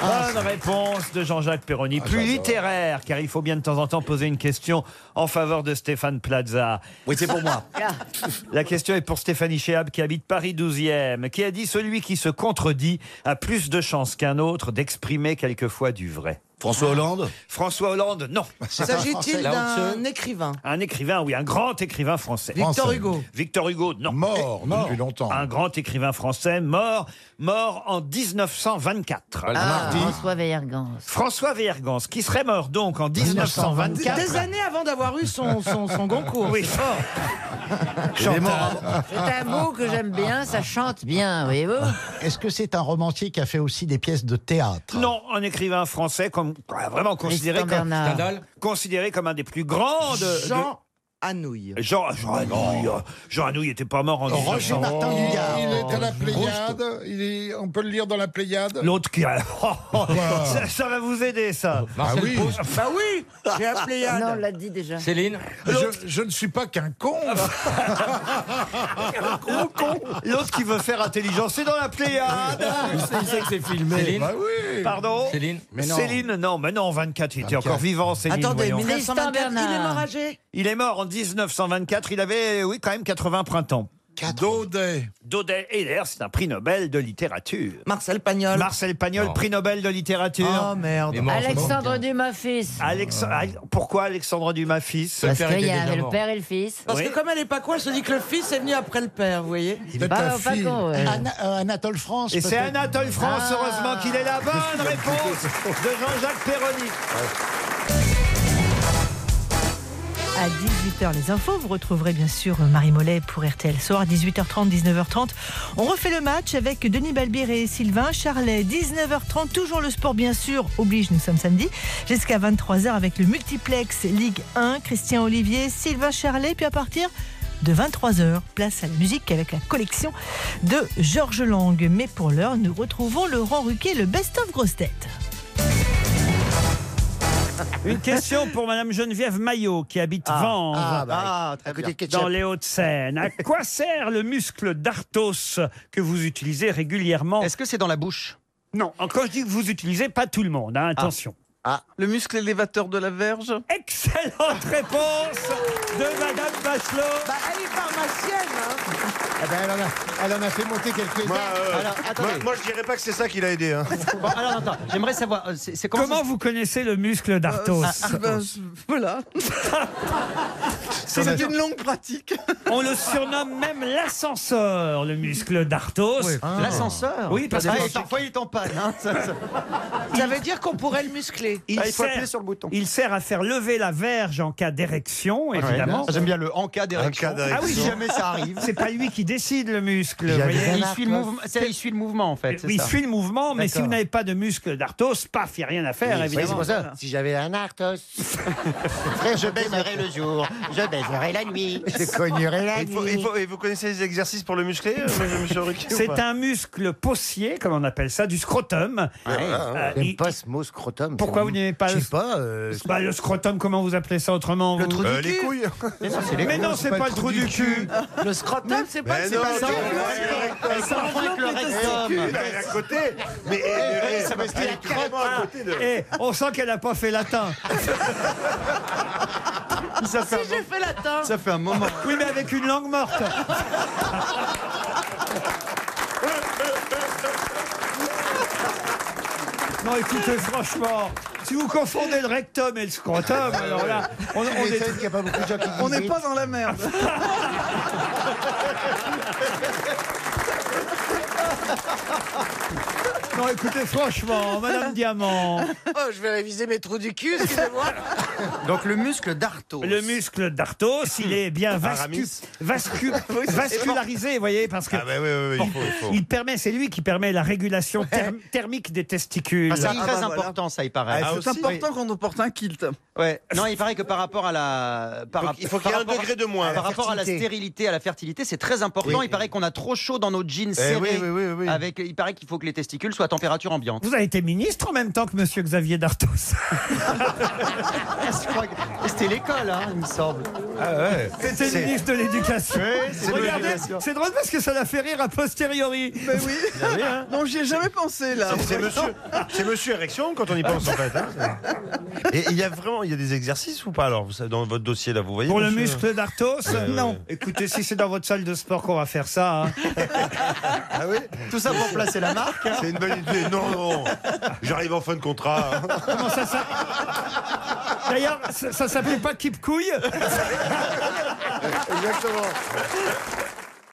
S4: Bonne réponse de Jean-Jacques Perroni. Plus littéraire, car il faut bien de temps en temps poser une question en faveur de Stéphane Plaza. Oui, c'est pour moi. <laughs> La question est pour Stéphanie Chéab, qui habite Paris 12e, qui a dit Celui qui se contredit a plus de chances qu'un autre d'exprimer quelquefois du vrai. François Hollande François Hollande, <laughs> non.
S5: S'agit-il d'un écrivain
S4: Un écrivain, oui, un grand écrivain français.
S5: Victor Français. Hugo.
S4: Victor Hugo, non. Mort,
S12: mort. depuis
S4: longtemps. Un grand écrivain français, mort, mort en 1924.
S5: Ah.
S17: Ah, François Veillergan.
S4: François Vergans, qui serait mort donc en 1924.
S5: Des années avant d'avoir eu son, son, son Goncourt.
S4: Oui.
S5: Chantal.
S17: C'est un mot que j'aime bien, ça chante bien, voyez-vous
S1: Est-ce que c'est un romancier qui a fait aussi des pièces de théâtre
S4: Non, un écrivain français comme ah, vraiment considéré
S1: Tristan
S4: comme,
S1: Bernard. Stendhal
S4: considéré comme un des plus grands de. de-
S5: Jean Anouilh.
S4: Jean, Jean Anouilh. euh, Jean Anouilh était pas mort en 1900.
S12: Il est à la Pléiade. Il est- on peut le lire dans la Pléiade.
S4: L'autre qui a. <laughs> Oh, ça, ça va vous aider, ça.
S12: Marcel Ah oui. Proust.
S4: Bah oui
S12: j'ai appelé Yann.
S17: Non, on l'a dit déjà.
S12: Céline je, je ne suis pas qu'un
S4: <laughs>
S12: con.
S4: L'autre qui veut faire intelligence, c'est dans la Pléiade.
S12: Ah, Il sait que c'est filmé. Céline Bah oui.
S4: Pardon
S12: Céline Mais non.
S4: Céline, non, mais non, 24, il était
S12: 24.
S4: encore vivant, Céline.
S5: Attendez,
S4: voyons.
S5: 1924, il est mort âgé.
S4: Il est mort en 1924, il avait, oui, quand même 80 printemps. Daudet. Daudet, et d'ailleurs, c'est un prix Nobel de littérature.
S5: Marcel Pagnol.
S4: Marcel Pagnol, prix Nobel de littérature.
S5: Oh, merde.
S17: Alexandre Dumas fils.
S4: Alex- Al- Pourquoi Alexandre Dumas fils
S17: Parce qu'il y avait le père et le fils.
S5: Parce
S4: Oui.
S5: que comme elle est pas quoi, elle se dit que le fils est venu après le père, vous voyez Ah,
S17: est Bah, pas pas fille. con, ouais.
S1: Ana- euh, Anatole France.
S4: Et c'est
S1: peut-être.
S4: Anatole France, heureusement qu'il est là. Bonne réponse de Jean-Jacques Perroni.
S3: À 18h, les infos. Vous retrouverez bien sûr euh, Marie Mollet pour RTL Soir, 18h30, 19h30. On refait le match avec Denis Balbir et Sylvain Charlet. 19h30, toujours le sport, bien sûr, oblige, nous sommes samedi, jusqu'à 23h avec le multiplex Ligue 1, Christian Olivier, Sylvain Charlet, puis à partir. De 23h, place à la musique avec la collection de Georges Lang. Mais pour l'heure, nous retrouvons Laurent Ruquet, le best-of grosse tête.
S4: Une question pour Madame Geneviève Maillot qui habite
S5: Ah.
S4: Vanves,
S5: Ah, bah, Ah, très à côté bien. de Ketchup.
S4: dans les Hauts-de-Seine.
S21: <laughs>
S4: À quoi sert le muscle d'Arthos que vous utilisez régulièrement Est-ce que c'est dans la bouche Non. Quand je dis que vous utilisez, pas tout le monde. hein, attention.
S21: Ah.
S18: Ah.
S21: Le muscle élévateur de la verge Ah.
S4: Excellente réponse
S18: Ah.
S4: de Madame Bachelot.
S5: Bah, elle est pharmacienne, hein
S18: Ah ben, elle, en a, elle en a fait monter quelques-uns.
S11: Moi, euh,
S18: Alors,
S11: moi,
S18: attendez.
S11: moi, je dirais pas que c'est ça qui l'a aidé. hein.
S21: Bon, alors attends, j'aimerais savoir, euh, c'est c'est comment,
S4: Comment, vous connaissez le muscle d'Arthos
S21: Ah, ah, ben, je- voilà. C'est une longue pratique.
S4: On le surnomme même l'ascenseur, le muscle d'Arthos.
S21: Oui. Ah. L'ascenseur
S4: Oui, parce que
S21: Ah, et parfois,
S4: il est en panne.
S21: hein.
S5: Ça veut dire qu'on pourrait le muscler.
S4: Ah, Il sert à faire lever la verge en cas d'érection, évidemment.
S21: Ah, j'aime bien le en cas d'érection.
S4: Ah oui,
S21: si jamais ça arrive.
S26: <laughs>
S4: C'est pas lui qui décide le muscle.
S5: Il y a
S4: vous voyez.
S5: des Il suit le anarchos. mouvement- c'est- il suit le mouvement, en fait, c'est
S4: Il
S5: ça.
S4: suit le mouvement, mais si
S5: D'accord.
S4: vous n'avez pas de muscle d'arthros, paf, il n'y a rien à faire,
S5: Oui,
S4: évidemment.
S5: oui, c'est pour ça.
S4: Si j'avais un
S5: <laughs>
S4: arthos.
S14: je baiserai le jour, je baiserai la nuit.
S10: Il faut- il faut- et vous connaissez les exercices pour le muscler, euh, monsieur- monsieur Ruquier, ou
S4: C'est
S10: pas
S4: un muscle possier, comme on appelle ça, du scrotum.
S26: Ah,
S4: Euh,
S26: J'aime
S4: il-
S26: pas ce mot scrotum.
S4: Pourquoi vous n'aimez pas
S26: Je
S4: le-
S26: sais pas. euh,
S4: Bah, le scrotum, comment vous appelez ça autrement vous
S26: trou du Euh, les cul. couilles.
S4: Mais
S26: non, c'est les couilles,
S4: non, c'est pas, le trou du cul.
S5: Le scrotum, c'est
S4: pas- Mais c'est non, pas ça. c'est pas le
S5: Ça
S4: rectum.
S5: avec le
S4: Et
S5: rectum.
S4: ensuite, elle est à côté,
S5: mais
S4: Eh,
S27: eh,
S5: ça parce qu'il
S4: Elle
S5: a
S4: est carrément à côté de- Eh, on sent qu'elle n'a pas fait
S27: <laughs>
S4: latin. ça fait si j'ai fait latin. Ça fait un moment. Oui, mais avec une langue
S27: <laughs>
S4: morte. Non, écoutez, franchement, si vous confondez le rectum et le scrotum, alors là, on, on
S27: Tu
S4: est.
S27: m'étonnes qu'il y a pas beaucoup de gens qui
S4: on n'est
S27: disent.
S4: pas dans la merde. <laughs>
S12: <laughs>
S4: non, écoutez, franchement, Madame Diamant.
S28: Oh, je vais réviser mes trous du cul, excusez-moi.
S4: Donc le muscle d'Arthos. Le muscle d'Arthos, il est bien vascu,
S28: Aramis.
S4: vascu-
S28: Oui, c'est-
S4: vascularisé, vous voyez, parce que
S29: il faut, il faut.
S4: il permet, c'est lui qui permet la régulation therm- thermique des testicules.
S5: Ah, c'est très important, ça, il paraît.
S4: Ah,
S5: aussi,
S16: quand on porte un kilt.
S5: Ouais. Non, il paraît que par rapport à la, par rap-
S10: il faut qu'il y ait
S5: par
S10: un
S5: rapport à-
S10: degré de moins.
S5: Par rapport à la
S10: Fertilité.
S5: stérilité, à la fertilité, c'est très important.
S10: Oui.
S5: Il paraît qu'on a trop chaud dans nos jeans
S10: Eh
S5: serrés.
S10: oui, oui, oui, oui.
S5: Avec, il paraît qu'il faut que les testicules soient à température ambiante.
S4: Vous avez été ministre en même temps que Monsieur Xavier Dartos.
S5: Ah, Je crois que- C'était l'école, hein, il me semble.
S18: Ah
S4: C'était le ministre de l'Éducation. Regardez, c'est drôle parce que ça l'a fait rire a posteriori.
S10: Ben
S16: Mais oui. Non, j'y ai jamais pensé là.
S10: hein. C'est- C'est monsieur, c'est monsieur érection quand on y pense en fait. hein. <laughs> Et il y a vraiment, il y a des exercices ou pas alors vous savez, dans votre dossier là, vous voyez.
S4: Pour le
S10: monsieur
S4: muscle d'Arthos
S10: Ouais, ouais,
S4: Non.
S10: ouais.
S4: Écoutez, si c'est dans votre salle de sport qu'on va faire ça. hein.
S10: Ah oui.
S4: Tout ça pour placer la marque, hein.
S10: C'est une bonne idée. Non, non. J'arrive en fin de contrat. hein.
S4: Comment ça, ça... D'ailleurs, ça, ça s'appelait pas Keep Couille
S27: Exactement.